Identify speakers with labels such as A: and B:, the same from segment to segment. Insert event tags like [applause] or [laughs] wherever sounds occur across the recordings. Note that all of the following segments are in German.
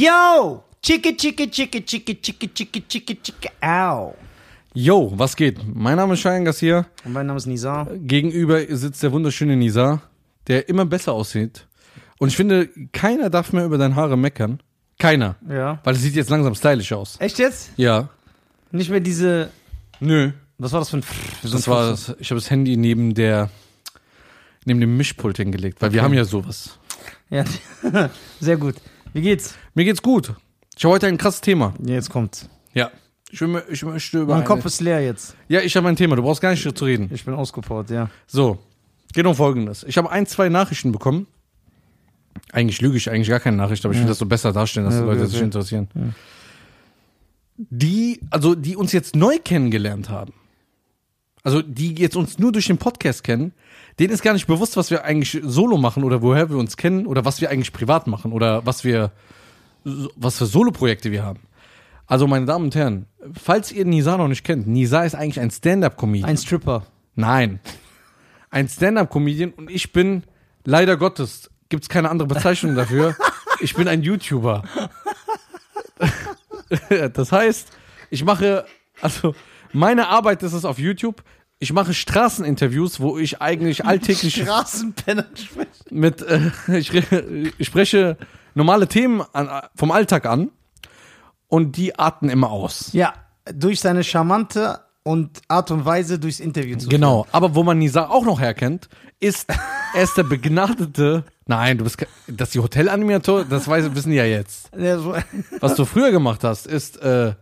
A: Yo! Chicke, chicke, chicke, chicke, chicke, chicke, chicke, chicke, au.
B: Yo, was geht? Mein Name ist Cheyenne Garcia.
A: Und mein Name ist Nisa.
B: Gegenüber sitzt der wunderschöne Nisa, der immer besser aussieht. Und ich finde, keiner darf mehr über deine Haare meckern. Keiner.
A: Ja.
B: Weil es sieht jetzt langsam stylisch aus.
A: Echt jetzt?
B: Ja.
A: Nicht mehr diese.
B: Nö.
A: Was war das für ein. Pfff, so ein
B: Das war
A: Pfff?
B: das, ich habe das Handy neben der neben dem Mischpult hingelegt, weil wir haben ja sowas.
A: Ja. [laughs] Sehr gut. Wie geht's?
B: Mir geht's gut. Ich habe heute ein krasses Thema.
A: Jetzt kommt.
B: Ja. Ich, will, ich möchte über
A: Mein
B: eine-
A: Kopf ist leer jetzt.
B: Ja, ich habe ein Thema, du brauchst gar nicht zu reden.
A: Ich bin ausgepowert, ja.
B: So, geht um Folgendes. Ich habe ein, zwei Nachrichten bekommen. Eigentlich lüge ich eigentlich gar keine Nachricht, aber ich will das so besser darstellen, dass
A: Ja,
B: die Leute
A: okay,
B: sich
A: okay.
B: interessieren. Die, also die uns jetzt neu kennengelernt haben, also die jetzt uns nur durch den Podcast kennen, denen ist gar nicht bewusst, was wir eigentlich solo machen oder woher wir uns kennen oder was wir eigentlich privat machen oder was wir, was für Solo-Projekte wir haben. Also meine Damen und Herren, falls ihr Nisa noch nicht kennt, Nisa ist eigentlich ein Stand-Up-Comedian.
A: Ein Stripper.
B: Nein. Ein Stand-up-Comedian und ich bin, leider Gottes, gibt es keine andere Bezeichnung dafür, ich bin ein YouTuber. [laughs] das heißt, ich mache, also meine Arbeit ist es auf YouTube, ich mache Straßeninterviews, wo ich eigentlich alltäglich
A: Straßenpenner.
B: mit, äh, ich, re- ich spreche normale Themen an, vom Alltag an und die arten immer aus.
A: [laughs] Ja. Durch seine charmante und Art und Weise durchs Interview zu
B: Genau, aber wo man Nisa auch noch herkennt, [laughs] ist, er ist der begnadete. Nein, du bist ke- das ist die Hotelanimatorin, das weiß, wissen die ja jetzt.
A: Ja, so- [laughs]
B: Was du früher gemacht hast, ist, äh,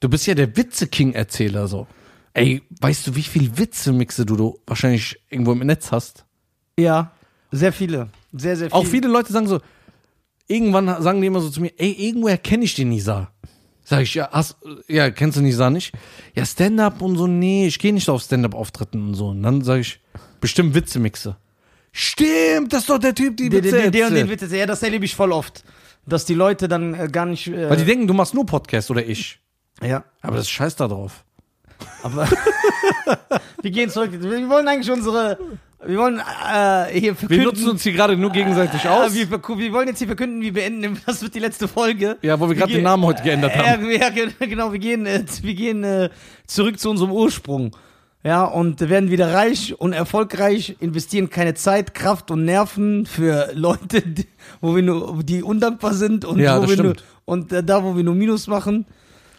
B: du bist ja der Witze-King-Erzähler so. Ey, weißt du, wie viel Witze-Mixe du, du wahrscheinlich irgendwo im Netz hast?
A: ja. Sehr viele. Sehr, sehr viele.
B: Auch viele Leute sagen so, irgendwann sagen die immer so zu mir, ey, irgendwoher kenne ich den Nisa. Sag ich, ja, hast, ja, kennst du Nisa nicht? Ja, Stand-up und so, nee, ich gehe nicht auf Stand-up-Auftritten und so. Und dann sage ich, bestimmt Witze-Mixe. Stimmt, das ist doch der Typ, die
A: Der, der,
B: Witze
A: der, der und den
B: erzählt.
A: Witz, ja, das erlebe ich voll oft. Dass die Leute dann äh, gar nicht. Äh,
B: Weil die denken, du machst nur Podcast oder ich.
A: ja,
B: Aber das ist scheiß da drauf.
A: aber. [laughs] wir gehen zurück. Wir wollen eigentlich unsere. Wir wollen äh, hier
B: Wir
A: verkünden.
B: nutzen uns hier gerade nur gegenseitig
A: äh,
B: aus.
A: wir, verku- wir wollen jetzt hier verkünden, wir beenden. [laughs] Das wird die letzte Folge.
B: Ja, wo wir gerade
A: gehen-
B: den Namen heute geändert haben.
A: Äh, ja, ge- [laughs] genau. Wir gehen, äh, wir gehen äh, zurück zu unserem Ursprung. Ja, und werden wieder reich und erfolgreich, investieren keine Zeit, Kraft und Nerven für Leute, die, wo wir nur, die undankbar sind und,
B: Ja,
A: wo
B: das
A: wir nur,
B: stimmt.
A: und äh, da, wo wir nur Minus machen.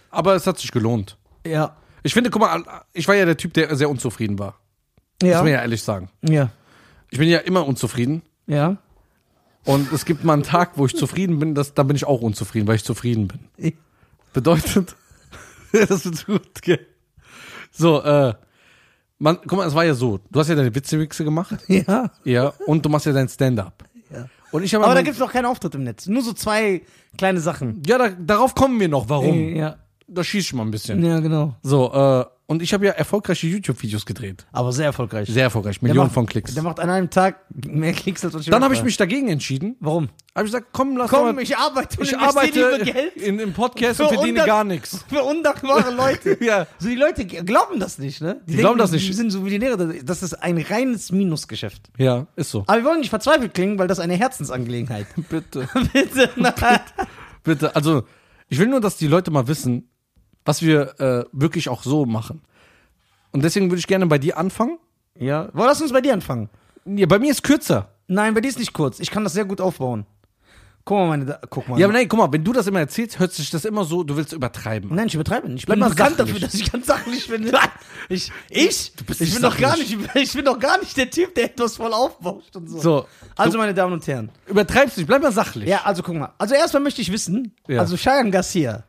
B: Aber es hat sich gelohnt.
A: Ja.
B: Ich finde, guck mal, ich war ja der Typ, der sehr unzufrieden war. Muss
A: Ja.
B: man ja ehrlich sagen.
A: Ja.
B: Ich bin ja immer unzufrieden.
A: Ja.
B: Und es gibt mal einen Tag, wo ich zufrieden bin, das, dann bin ich auch unzufrieden, weil ich zufrieden bin. Bedeutet, [laughs] das wird gut, gell? So, äh, man, guck mal, es war ja so, du hast ja deine Witzewichse gemacht,
A: Ja.
B: ja, und du machst ja dein Stand-up.
A: Ja.
B: Und ich habe
A: Aber da
B: mein-
A: gibt es noch keinen Auftritt im Netz. Nur so zwei kleine Sachen.
B: ja, da, darauf kommen wir noch, warum?
A: Ja.
B: Da schieß ich mal ein bisschen.
A: Ja, genau.
B: So, äh, und ich habe ja erfolgreiche YouTube-Videos gedreht.
A: Aber sehr erfolgreich.
B: Sehr erfolgreich,
A: Der
B: Millionen
A: macht-
B: von Klicks.
A: Der macht an einem Tag mehr Klicks als
B: Dann habe ich mich dagegen entschieden.
A: Warum?
B: Habe ich gesagt, komm, lass doch
A: Komm,
B: mal,
A: ich arbeite und
B: ich
A: investiere
B: arbeite
A: lieber Geld
B: in, im Podcast
A: Für
B: und verdiene
A: 100
B: gar nichts.
A: für undankbare
B: [laughs]
A: Leute.
B: Ja.
A: So, die Leute g- glauben das nicht, ne? Die,
B: glauben das nicht.
A: Die sind so Millionäre. Das ist ein reines Minusgeschäft.
B: Ja, ist so.
A: Aber wir wollen nicht verzweifelt klingen, weil das eine Herzensangelegenheit.
B: [laughs] Bitte.
A: Bitte, nein.
B: Bitte, also ich will nur, dass die Leute mal wissen, was wir äh, wirklich auch so machen. Und deswegen würde ich gerne bei dir anfangen.
A: Ja. Wollen lass uns bei dir anfangen.
B: Ja, bei mir ist kürzer.
A: Nein, bei dir ist nicht kurz. Ich kann das sehr gut aufbauen. Guck mal, meine. Da Guck mal.
B: Ja, aber nein, guck mal, wenn du das immer erzählst, hört sich das immer so, du willst übertreiben.
A: Nein, ich übertreibe nicht. Ich bin
B: Bleib mal
A: bekannt
B: sachlich.
A: dafür, dass ich ganz sachlich bin. Nein, Ich, ich,
B: bist
A: ich
B: nicht
A: bin doch gar
B: sachlich.
A: nicht, ich bin doch gar nicht der Typ, der etwas voll aufbauscht und so.
B: So,
A: Also, meine Damen und Herren.
B: du übertreibst nicht, bleib mal sachlich.
A: Ja, also guck mal. Also erstmal möchte ich wissen,
B: Ja.
A: also Cheyenne Garcia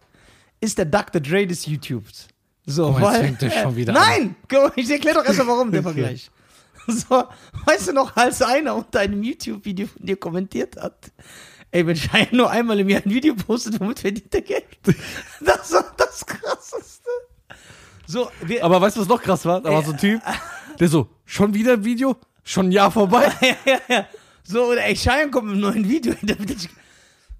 A: ist der Dr. Dre des YouTubes. So,
B: mal, Oh, jetzt fängt er schon wieder an.
A: Nein! Guck mal, Ich erkläre doch erstmal, warum der Vergleich. So, weißt du noch, als einer unter einem YouTube-Video von dir kommentiert hat, ey, wenn Cheyenne nur einmal im Jahr ein Video postet, womit verdient er
B: [laughs]
A: Geld? Das war das Krasseste. So, wir,
B: Aber weißt du, was noch krass war? Da war so ein Typ, der so, schon wieder ein Video? Schon ein Jahr vorbei?
A: [laughs] ja, ja, ja. So, oder ey, Cheyenne kommt mit einem neuen Video. [laughs] damit ich-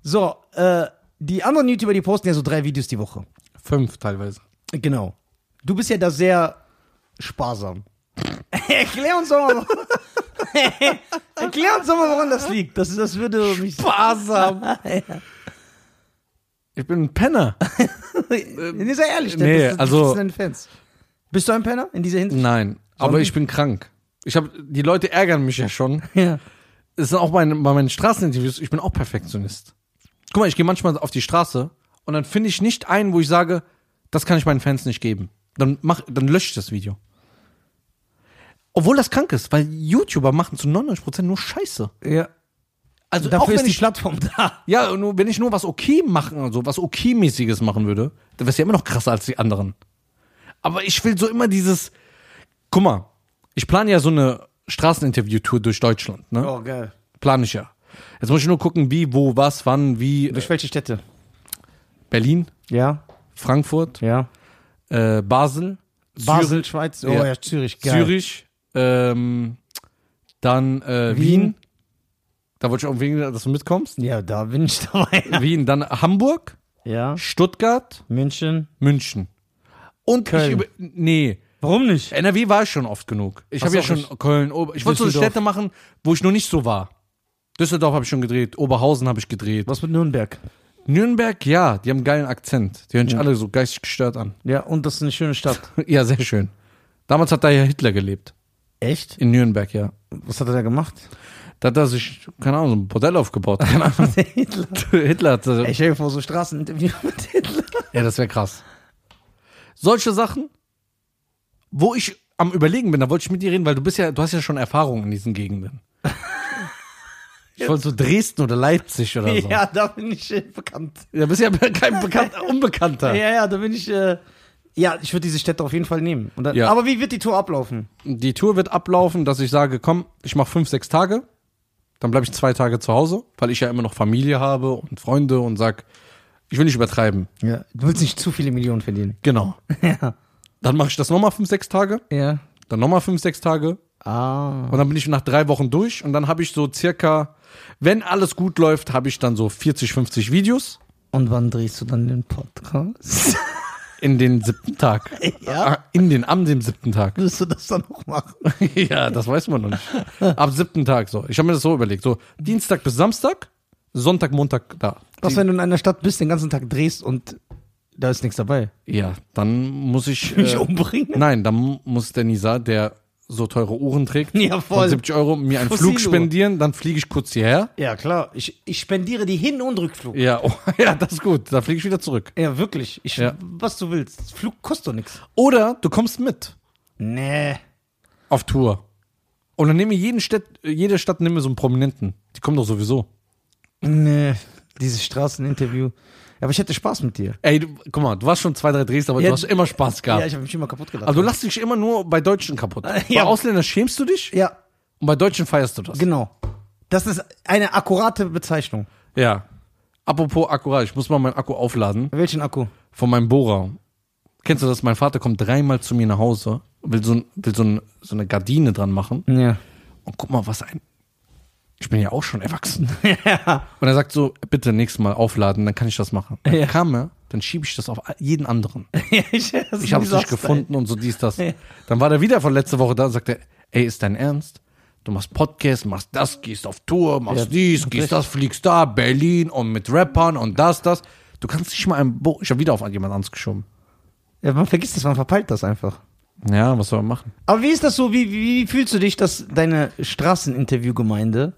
A: So, äh, die anderen YouTuber, die posten ja so drei Videos die Woche.
B: Fünf teilweise.
A: Genau. Du bist ja da sehr sparsam. [laughs] Erklär uns doch mal, warum- [laughs] [laughs] Erklär uns doch mal, woran das liegt. Das, das würde mich.
B: Sparsam. Ich bin ein Penner.
A: äh, nee, sei ehrlich, Steff,
B: nee,
A: das ist-
B: also-
A: das sind deine Fans. Bist du ein Penner in dieser Hinsicht?
B: Nein, aber ich bin krank. Ich habe die Leute ärgern mich ja schon.
A: Ja.
B: Es sind auch meine, bei meinen Straßeninterviews, ich bin auch Perfektionist. Guck mal, ich gehe manchmal auf die Straße und dann finde ich nicht ein, wo ich sage, das kann ich meinen Fans nicht geben. Dann mach, dann lösche ich das Video. Obwohl das krank ist, weil YouTuber machen zu 99% nur Scheiße.
A: ja.
B: Also
A: Dafür
B: auch wenn
A: ist die
B: ich,
A: Plattform da.
B: ja, nur, wenn ich nur was okay machen, also was okay mäßiges machen würde, dann wär's ja immer noch krasser als die anderen. Aber ich will so immer dieses, guck mal, ich plane ja so eine Straßeninterview-Tour durch Deutschland, ne?
A: Oh, geil.
B: Plane ich ja. Jetzt muss ich nur gucken, wie, wo, was, wann, wie.
A: Durch welche Städte?
B: Berlin,
A: Ja,
B: Frankfurt,
A: ja.
B: äh, Basel,
A: Basel, Schweiz. Oh
B: Ja.
A: ja, Zürich,
B: Zürich,
A: geil.
B: Zürich ähm, dann äh, Wien.
A: Wien.
B: Da wollte ich auch wegen, dass
A: [laughs]
B: du mitkommst.
A: Ja, da bin ich dabei.
B: Wien, dann Hamburg,
A: Ja,
B: Stuttgart,
A: München.
B: München. Und
A: Köln.
B: ich über, nee,
A: Warum nicht?
B: NRW war ich schon oft genug. Ich
A: Ach
B: habe ja
A: so,
B: schon Köln, Ober ich wollte so
A: Düsseldorf.
B: Städte machen, wo ich noch nicht so war. Düsseldorf habe ich schon gedreht, Oberhausen habe ich gedreht.
A: Was mit Nürnberg?
B: Nürnberg, ja, die haben einen geilen Akzent. Die hören sich alle so geistig gestört an.
A: Ja, und das ist eine schöne Stadt.
B: ja, sehr schön. Damals hat da ja Hitler gelebt.
A: Echt?
B: In Nürnberg, ja.
A: Was hat er da gemacht? [laughs]
B: Da hat er sich, keine Ahnung, so ein Bordell aufgebaut. Keine Ahnung. [laughs]
A: Hitler.
B: Hitler hat. äh,
A: Ey, stell dir vor, so Straßeninterview [laughs] mit Hitler.
B: Ja, das wäre krass. Solche Sachen, wo ich am Überlegen bin, da wollte ich mit dir reden, weil du bist ja, du hast ja schon Erfahrung in diesen Gegenden. Ich wollte so Dresden oder Leipzig oder so. Ja.
A: Ja, da bin ich äh, bekannt.
B: Da bist ja [laughs] kein Bekannter, Unbekannter.
A: Ja, ja, da bin ich. Äh, ja, ich würde diese Städte auf jeden Fall nehmen. Und dann,
B: Ja.
A: Aber wie wird die Tour ablaufen?
B: die Tour wird ablaufen, dass ich sage, komm, ich mache fünf, sechs Tage, dann bleibe ich zwei Tage zu Hause, weil ich ja immer noch Familie habe und Freunde und sag, ich will nicht übertreiben.
A: Ja. Du willst nicht zu viele Millionen verdienen.
B: Genau.
A: [laughs] Ja.
B: Dann mache ich das nochmal fünf, sechs Tage,
A: Ja.
B: dann nochmal fünf, sechs Tage
A: Ah.
B: und dann bin ich nach drei Wochen durch und dann habe ich so circa, wenn alles gut läuft, habe ich dann so 40, 50 Videos
A: Und wann drehst du dann den Podcast?
B: in den siebten Tag.
A: [laughs] Ja.
B: Ah, In den, am dem siebten
A: [laughs] [laughs]
B: Tag.
A: Willst du das dann noch machen?
B: ja, das weiß man noch nicht. Ab siebten Tag so. Ich habe mir das so überlegt. So Dienstag bis Samstag, Sonntag, Montag da.
A: [laughs] Was, wenn du in einer Stadt bist, den ganzen Tag drehst und da ist nichts dabei?
B: Ja, dann muss ich.
A: Mich
B: Äh,
A: umbringen?
B: nein, dann muss der Nisa, der so teure Uhren trägt,
A: Ja, voll.
B: von 70 Euro, mir einen
A: Fossiluhr.
B: Flug spendieren, dann fliege ich kurz hierher.
A: Ja, klar. Ich, ich spendiere die Hin- und Rückflug. Ja,
B: Ja, oh, [laughs] ja, das ist gut. Dann fliege ich wieder zurück.
A: wirklich. Ich,
B: Ja.
A: Was du willst. Flug kostet doch nichts.
B: Oder du kommst mit
A: Nee.
B: auf Tour. Und dann nehmen wir jeden Stadt, jede Stadt nehmen wir so einen Prominenten. Die kommen doch sowieso.
A: Nee. Dieses Straßeninterview. Ja, aber ich hätte Spaß mit dir.
B: Ey, du, guck mal, du warst schon zwei, drei Dresden, aber
A: Ja,
B: du hast immer Spaß gehabt.
A: Ja, ich habe mich immer kaputt gelacht.
B: aber du lachst dich immer nur bei Deutschen kaputt.
A: Ja.
B: Bei Ausländern schämst du dich
A: ja,
B: und bei Deutschen feierst du das.
A: genau. Das ist eine akkurate Bezeichnung.
B: Ja. Apropos akkurat, ich muss mal meinen Akku aufladen.
A: Welchen Akku?
B: von meinem Bohrer. Kennst du das? Mein Vater kommt dreimal zu mir nach Hause, will so, ein, will so, ein, so eine Gardine dran machen
A: [laughs] Ja.
B: und guck mal, was ein. Ich bin ja auch schon
A: [laughs]
B: erwachsen. Und er sagt so, bitte nächstes Mal aufladen, dann kann ich das machen. Dann
A: Ja.
B: kam er, dann schiebe ich das auf
A: [laughs]
B: jeden anderen.
A: ich
B: Ich habe es nicht gefunden und so dies, das. Dann war der wieder von letzter Woche da und sagte, ey, ist dein Ernst? Du machst Podcast, machst das, gehst auf Tour, machst
A: Ja,
B: dies, gehst das, fliegst da, Berlin und mit Rappern und das, das. Du kannst nicht mal einen Bo Ich habe wieder auf jemand anderes geschoben.
A: Ja, man vergisst das, man verpeilt das einfach.
B: Ja, was soll man machen?
A: Aber wie ist das so? Wie, wie, wie fühlst du dich, dass deine Straßeninterviewgemeinde,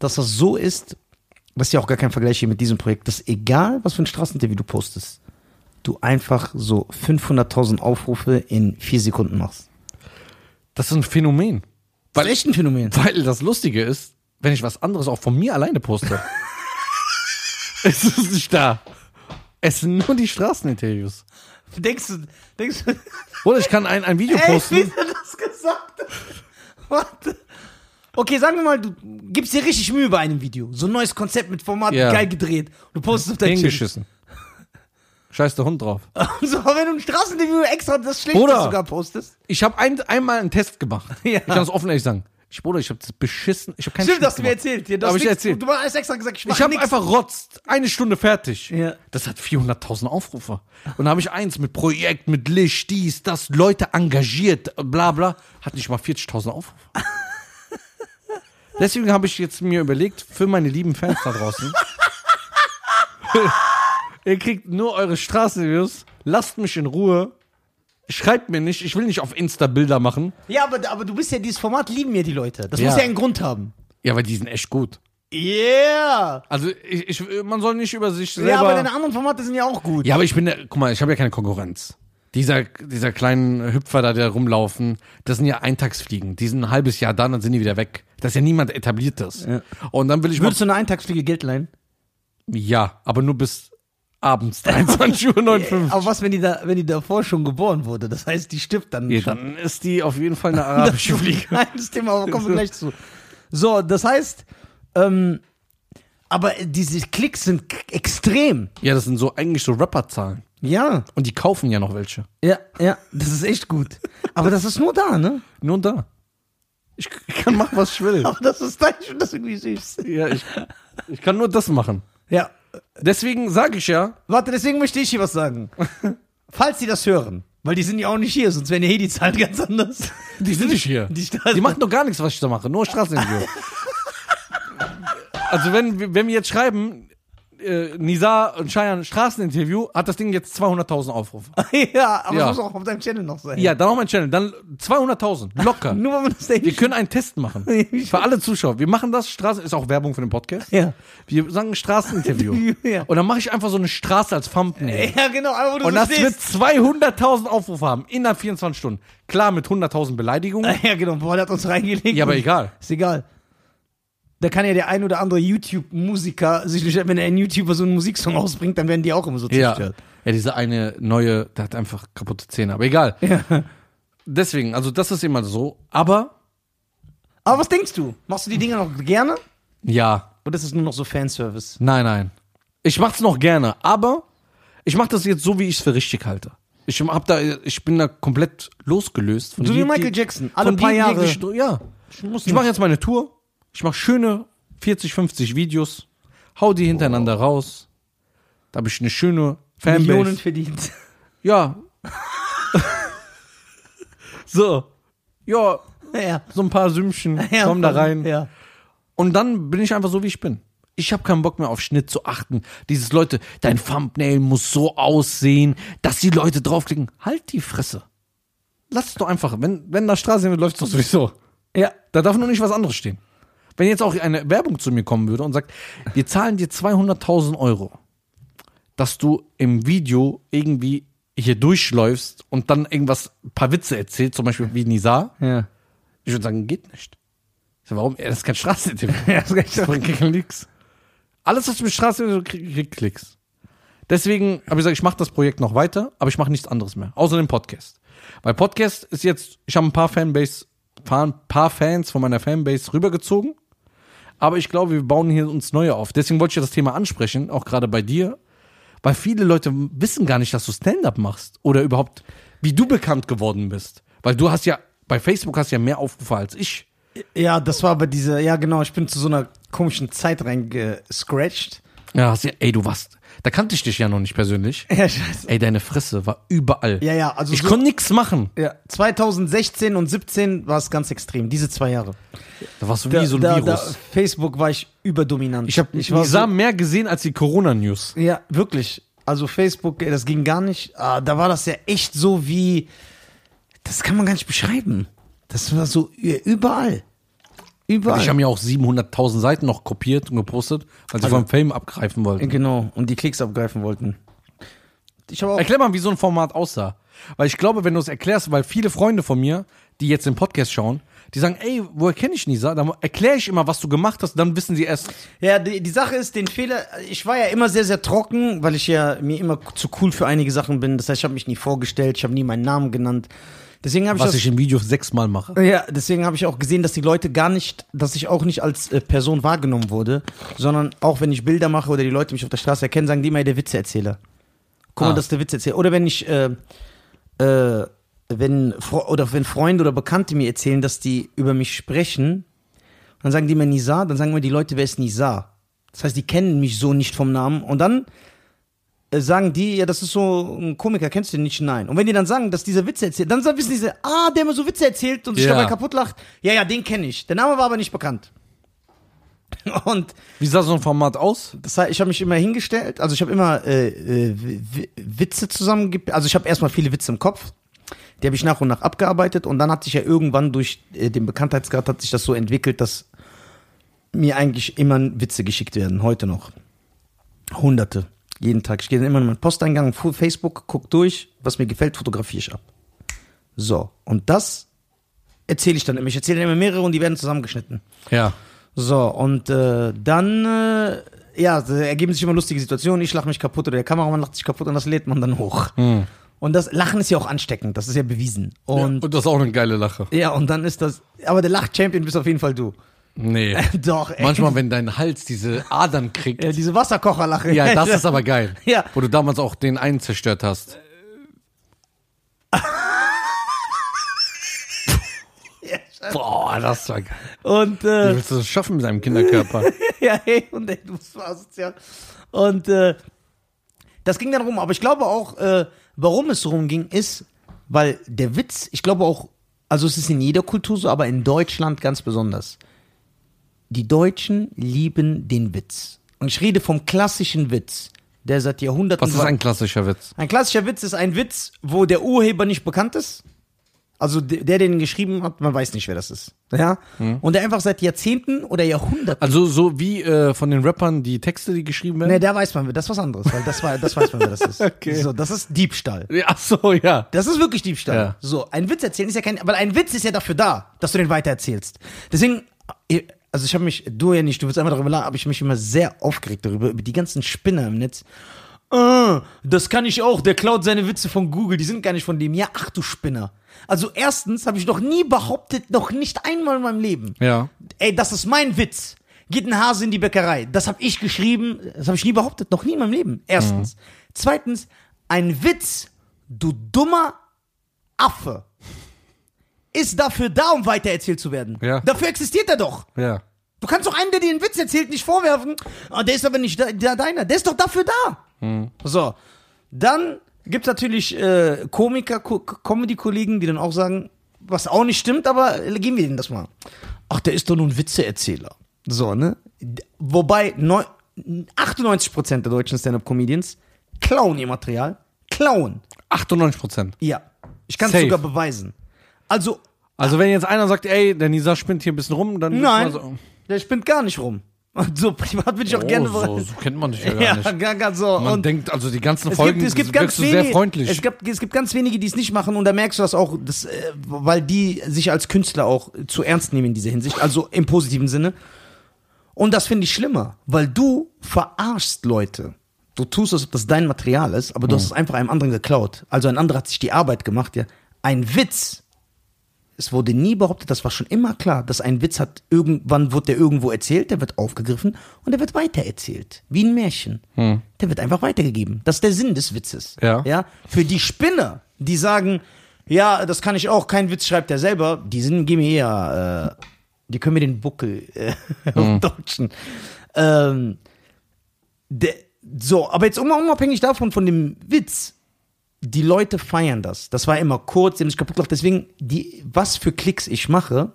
A: dass das so ist, das ist ja auch gar kein Vergleich hier mit diesem Projekt, dass egal, was für ein Straßeninterview du postest, du einfach so 500.000 Aufrufe in vier Sekunden machst.
B: Das ist ein Phänomen.
A: Das ist echt ein Phänomen.
B: Weil das Lustige ist, wenn ich was anderes auch von mir alleine poste. es ist nicht da. Es sind nur die Straßeninterviews.
A: Denkst du, denkst du,
B: Oder ich kann ein, ein Video
A: Ey, wie
B: posten.
A: du das gesagt hast. Warte. Okay, sagen wir mal, du gibst dir richtig Mühe bei einem Video. So ein neues Konzept mit Format,
B: Ja.
A: geil gedreht. Du postest auf dein
B: Hingeschissen. Scheiß der Hund drauf.
A: Und [laughs] so, aber wenn du ein Straßeninterview extra das Schlechteste
B: Bruder.
A: sogar postest.
B: Ich habe ein, einmal einen Test gemacht.
A: Ja.
B: Ich kann es offen ehrlich sagen. Ich, Bruder, ich habe das beschissen. Ich habe keinen
A: Stimmt,
B: Schnitt
A: hast du mir
B: gemacht.
A: erzählt. Ja, du hast
B: Hab ich
A: nichts-
B: erzählt.
A: Du hast extra gesagt, ich mach
B: Ich habe
A: nix.
B: einfach rotzt. Eine Stunde fertig.
A: Ja.
B: Das hat 400.000 Aufrufe. Und da habe ich eins mit Projekt, mit Licht, dies, das, Leute engagiert, bla bla. Hat nicht mal 40.000
A: [laughs]
B: Aufrufe. Deswegen habe ich jetzt mir überlegt, für meine lieben Fans da draußen. [laughs] Ihr kriegt nur eure Straßenvideos. Lasst mich in Ruhe. Schreibt mir nicht. Ich will nicht auf Insta Bilder machen.
A: Ja, aber, aber du bist ja, dieses Format lieben ja die Leute. Das
B: Ja.
A: muss ja einen Grund haben.
B: Ja, weil die sind echt gut.
A: Yeah!
B: Also ich, ich, man soll nicht über sich selber.
A: Ja, aber deine anderen Formate sind ja auch gut.
B: Ja, aber ich bin der, guck mal, ich habe ja keine Konkurrenz. Dieser, dieser kleinen Hüpfer da, der rumlaufen, das sind ja Eintagsfliegen. Die sind ein halbes Jahr da, dann sind die wieder weg. Das ist ja niemand etabliertes. Und dann will ich mal,
A: Würdest du eine Eintagsfliege Geld leihen?
B: ja, aber nur bis abends, [laughs] 23.59 Uhr.
A: Äh, Aber was, wenn die, da, wenn die davor schon geboren wurde? Das heißt, die stirbt dann
B: [laughs] Ja,
A: schon.
B: dann ist die auf jeden Fall [laughs]
A: [laughs]
B: eine arabische Fliege.
A: Nein, das Thema, aber kommen wir gleich zu. So, das heißt, ähm, aber diese Klicks sind k- extrem.
B: Ja, das sind so eigentlich so Rapperzahlen.
A: Ja,
B: Und die kaufen ja noch welche.
A: ja, ja, das ist echt gut. Aber das ist nur da, ne?
B: Nur da. Ich k- kann machen, was ich
A: [laughs]
B: will.
A: Aber das ist da, ich finde das irgendwie süß.
B: Ja, ich, ich kann nur das machen.
A: Ja,
B: Deswegen sage ich ja,
A: warte, deswegen möchte ich hier was sagen. Falls die das hören, weil die sind ja auch nicht hier, sonst wären ja hier die Zahlen ganz anders. [laughs]
B: die sind nicht hier.
A: Die Straßen-
B: Die machen doch gar nichts, was ich da mache, nur Straßeninterview. [laughs] also wenn, wir- wenn wir jetzt schreiben, äh, Nisa und Cheyenne Straßeninterview, hat das Ding jetzt 200.000 Aufrufe.
A: ja, aber
B: Ja.
A: das muss auch auf deinem Channel noch sein.
B: Ja, dann auch mein Channel, dann 200.000, [laughs] locker.
A: Nur weil man das
B: Wir
A: denkt.
B: können einen Test [laughs] machen. Für alle Zuschauer. Wir machen das, Straße ist auch Werbung für den Podcast.
A: Ja.
B: Wir sagen [laughs] Straßeninterview.
A: Ja.
B: Und dann mache ich einfach so eine Straße als Thumbnail.
A: Ja, genau, aber wo du
B: Und
A: so
B: das wird
A: stehst.
B: 200.000 Aufrufe haben innerhalb 24 Stunden. Klar, mit 100.000 Beleidigungen.
A: [laughs] Ja, genau, boah, der hat uns reingelegt.
B: Ja, aber egal.
A: Ist egal. Da kann ja der ein oder andere YouTube-Musiker sich nicht, wenn ein YouTuber so einen Musiksong ausbringt, dann werden die auch immer so
B: Ja.
A: zerstört.
B: ja, diese eine neue, der hat einfach kaputte Zähne,
A: [laughs]
B: aber egal. Deswegen, also das ist immer so, aber
A: Aber was denkst du? Machst du die Dinger noch gerne?
B: ja,
A: Oder ist es nur noch so Fanservice?
B: nein, nein. Ich mach's noch gerne, aber ich mach das jetzt so, wie ich es für richtig halte. Ich hab da, ich bin da komplett losgelöst von
A: So wie
B: je-
A: Michael
B: je-
A: Jackson, alle
B: von
A: paar Jahre.
B: jeglichen- Ja. Ich mache jetzt meine Tour. Ich mache schöne 40, 50 Videos, hau die hintereinander raus. Da habe ich eine schöne Fanbase.
A: Millionen [laughs] verdient.
B: Ja. so. Ja,
A: ja.
B: so ein paar Sümmchen
A: [laughs] Ja,
B: kommen da rein.
A: Ja.
B: Und dann bin ich einfach so, wie ich bin. Ich habe keinen Bock mehr auf Schnitt zu achten. Dieses Leute, dein Thumbnail muss so aussehen, dass die Leute draufklicken. Halt die Fresse. Lass es doch einfach. Wenn, wenn da Straße wird, läuft es doch sowieso.
A: ja.
B: Da darf nur nicht was anderes stehen. Wenn jetzt auch eine Werbung zu mir kommen würde und sagt, wir zahlen dir 200.000 Euro, dass du im Video irgendwie hier durchläufst und dann irgendwas, ein paar Witze erzählst, zum Beispiel wie Nizar,
A: Ja.
B: ich würde sagen, geht nicht. Ich sag, warum? Ja, Das ist kein Straßeninterview.
A: [laughs] Ja, das kann ich
B: Das
A: sagen.
B: bringt Klicks. Alles, was du mit Straßeninterview kriegst, kriegt Klicks. Deswegen habe ich gesagt, ich mache das Projekt noch weiter, aber ich mache nichts anderes mehr, außer dem Podcast. Weil Podcast ist jetzt, ich habe ein paar Fanbase, ein paar Fans von meiner Fanbase rübergezogen, aber ich glaube, wir bauen hier uns neue auf. Deswegen wollte ich ja das Thema ansprechen, auch gerade bei dir, weil viele Leute wissen gar nicht, dass du Stand-up machst oder überhaupt, wie du bekannt geworden bist. Weil du hast ja, bei Facebook hast du ja mehr Aufrufe als ich.
A: ja, das war aber diese, ja genau, ich bin zu so einer komischen Zeit reingescratcht.
B: Ja, hast ja, ey, du warst, da kannte ich dich ja noch nicht [laughs] persönlich.
A: Ja, scheiße.
B: Ey, deine Fresse war überall.
A: Ja, ja, also
B: ich
A: so-
B: konnte nichts machen.
A: Ja, 2016 und 17 war es ganz extrem, diese zwei Jahre.
B: Da warst du wie so ein
A: da,
B: Virus.
A: Da, Facebook war ich überdominant.
B: ich habe ich
A: war so-
B: sah mehr gesehen als die Corona-News.
A: Ja, wirklich. Also Facebook, ey, das ging gar nicht. Ah, da war das ja echt so wie. Das kann man gar nicht beschreiben. Das war so ü- überall. Überall.
B: Ich habe mir auch 700.000 Seiten noch kopiert und gepostet, weil sie vom Fame abgreifen wollten.
A: genau, und die Klicks abgreifen wollten. Ich habe auch.
B: Erklär mal, wie so ein Format aussah. Weil ich glaube, wenn du es erklärst, weil viele Freunde von mir, die jetzt den Podcast schauen, die sagen, ey, woher kenne ich Nisa? Dann erkläre ich immer, was du gemacht hast, dann wissen sie erst.
A: Ja, die, die Sache ist, den Fehler, ich war ja immer sehr, sehr trocken, weil ich ja mir immer zu cool für einige Sachen bin. Das heißt, ich habe mich nie vorgestellt, ich habe nie meinen Namen genannt. Deswegen habe ich
B: Was
A: das
B: ich im Video sechsmal mache.
A: Ja, deswegen habe ich auch gesehen, dass die Leute gar nicht, dass ich auch nicht als äh, Person wahrgenommen wurde, sondern auch wenn ich Bilder mache oder die Leute mich auf der Straße erkennen, sagen die immer, der Witzeerzähler. Guck
B: Ah.
A: mal, das ist der Witzeerzähler. Oder wenn ich, äh, äh, wenn, Fre- oder wenn Freunde oder Bekannte mir erzählen, dass die über mich sprechen, dann sagen die immer Nisa, dann sagen mir die Leute, wer ist Nisa? Das heißt, die kennen mich so nicht vom Namen und dann äh, sagen die, ja, das ist so ein Komiker, kennst du den nicht? Nein. Und wenn die dann sagen, dass dieser Witze erzählt, dann wissen die, so, ah, der immer so Witze erzählt und sich
B: Ja.
A: dabei kaputt lacht. Ja, ja, den kenne ich. Der Name war aber nicht bekannt. [laughs] Und
B: Wie sah so ein Format aus?
A: das heißt, ich habe mich immer hingestellt, also ich habe immer äh, äh, Wi- Witze zusammenge, also ich habe erstmal viele Witze im Kopf, die habe ich nach und nach abgearbeitet und dann hat sich ja irgendwann durch äh, den Bekanntheitsgrad hat sich das so entwickelt, dass mir eigentlich immer Witze geschickt werden, heute noch. Hunderte, jeden Tag. Ich gehe dann immer in meinen Posteingang, fu- Facebook, guck durch, was mir gefällt, fotografiere ich ab. So, und das erzähle ich dann immer. Ich erzähle immer mehrere und die werden zusammengeschnitten.
B: Ja.
A: So, und äh, dann, äh, ja, da ergeben sich immer lustige Situationen. Ich lache mich kaputt oder der Kameramann lacht sich kaputt und das lädt man dann hoch.
B: Hm.
A: Und das Lachen ist ja auch ansteckend, das ist ja bewiesen.
B: Und,
A: Und
B: das ist auch eine geile Lache.
A: ja, und dann ist das, aber der Lach-Champion bist auf jeden Fall du.
B: [laughs] Nee.
A: Doch, ey.
B: Manchmal, wenn dein Hals diese Adern kriegt. [laughs]
A: Ja, diese Wasserkocherlache.
B: Ja, das
A: [laughs]
B: ist aber geil.
A: Ja.
B: Wo du damals auch den einen zerstört hast. Äh. [laughs] Boah, das war geil.
A: Und, äh,
B: Wie willst du das schaffen mit deinem Kinderkörper?
A: [laughs] ja, hey, und ey, du bist so asozial. Und äh, das ging dann rum. Aber ich glaube auch, äh, warum es rumging, ist, weil der Witz, ich glaube auch, also es ist in jeder Kultur so, aber in Deutschland ganz besonders. Die Deutschen lieben den Witz. Und ich rede vom klassischen Witz, der seit Jahrhunderten.
B: Was ist
A: war-
B: ein klassischer Witz?
A: ein klassischer Witz ist ein Witz, wo der Urheber nicht bekannt ist. Also de- der, der den geschrieben hat, man weiß nicht, wer das ist. Ja?
B: Mhm.
A: Und der einfach seit Jahrzehnten oder Jahrhunderten
B: Also so wie äh, von den Rappern die Texte, die geschrieben
A: Ne,
B: werden?
A: da weiß man, das ist was anderes, weil das, war, das weiß man, wer das ist.
B: [laughs] Okay.
A: So, das ist Diebstahl.
B: Nee. Ach so, ja.
A: Das ist wirklich Diebstahl.
B: Ja.
A: So, ein Witz erzählen ist ja kein, weil ein Witz ist ja dafür da, dass du den weitererzählst. Deswegen, ihr- also ich habe mich, du ja nicht, du willst einfach darüber lachen, aber ich hab mich immer sehr aufgeregt darüber, über die ganzen Spinner im Netz. Äh, das kann ich auch, der klaut seine Witze von Google, die sind gar nicht von dem. Ja, ach du Spinner. Also erstens habe ich noch nie behauptet, noch nicht einmal in meinem Leben,
B: Ja.
A: ey, das ist mein Witz. Geht ein Hase in die Bäckerei. Das habe ich geschrieben, das habe ich nie behauptet, noch nie in meinem Leben. Erstens. Zweitens, ein Witz, du dummer Affe, ist dafür da, um weitererzählt zu werden.
B: Ja.
A: Dafür existiert er doch.
B: Ja.
A: Du kannst doch einen, der dir einen Witz erzählt, nicht vorwerfen. Ah, der ist aber nicht da, der, deiner. Der ist doch dafür da.
B: Hm.
A: So. Dann gibt's natürlich äh, Komiker, Ko Ko- Comedy-Kollegen, die dann auch sagen, was auch nicht stimmt, aber äh, geben wir denen das mal. Ach, der ist doch nur ein Witzeerzähler. So, ne? D- Wobei neun- 98% der deutschen Stand-Up-Comedians klauen ihr Material. Klauen.
B: 98 Prozent.
A: Ja. Ich kann es
B: Safe.
A: sogar beweisen. Also,
B: Also wenn jetzt einer sagt, ey, der Nisa spinnt hier ein bisschen rum, dann...
A: nein,
B: ist man
A: der spinnt gar nicht rum. [laughs] Und so privat bin ich auch
B: So,
A: gerne
B: Also- oh, so, so kennt man dich ja gar
A: Ja,
B: nicht.
A: gar, gar so.
B: Man
A: und
B: denkt, also die ganzen
A: es
B: Folgen
A: gibt, es gibt
B: wirkst
A: ganz
B: du
A: wenige,
B: sehr freundlich.
A: Es gibt, es gibt ganz wenige, die es nicht machen und da merkst du das auch, dass, äh, weil die sich als Künstler auch zu ernst nehmen in dieser Hinsicht, also im positiven Sinne. Und das finde ich schlimmer, weil du verarschst Leute. Du tust, als ob das dein Material ist,
B: Mhm.
A: aber du hast es einfach einem anderen geklaut. Also ein anderer hat sich die Arbeit gemacht, ja. Ein Witz. Es wurde nie behauptet, das war schon immer klar, dass ein Witz hat, irgendwann wird der irgendwo erzählt, der wird aufgegriffen und der wird weitererzählt. Wie ein Märchen. Der wird einfach weitergegeben. Das ist der Sinn des Witzes.
B: Ja.
A: ja? Für die Spinner, die sagen, ja, das kann ich auch, kein Witz schreibt er selber, die sind, gehen mir eher, äh, die können mir den Buckel äh, [laughs] auf Deutschen. Ähm, der, so, aber jetzt unab- unabhängig davon, von dem Witz, die Leute feiern das. Das war immer kurz, die haben sich kaputt gelacht. Deswegen, die, was für Klicks ich mache,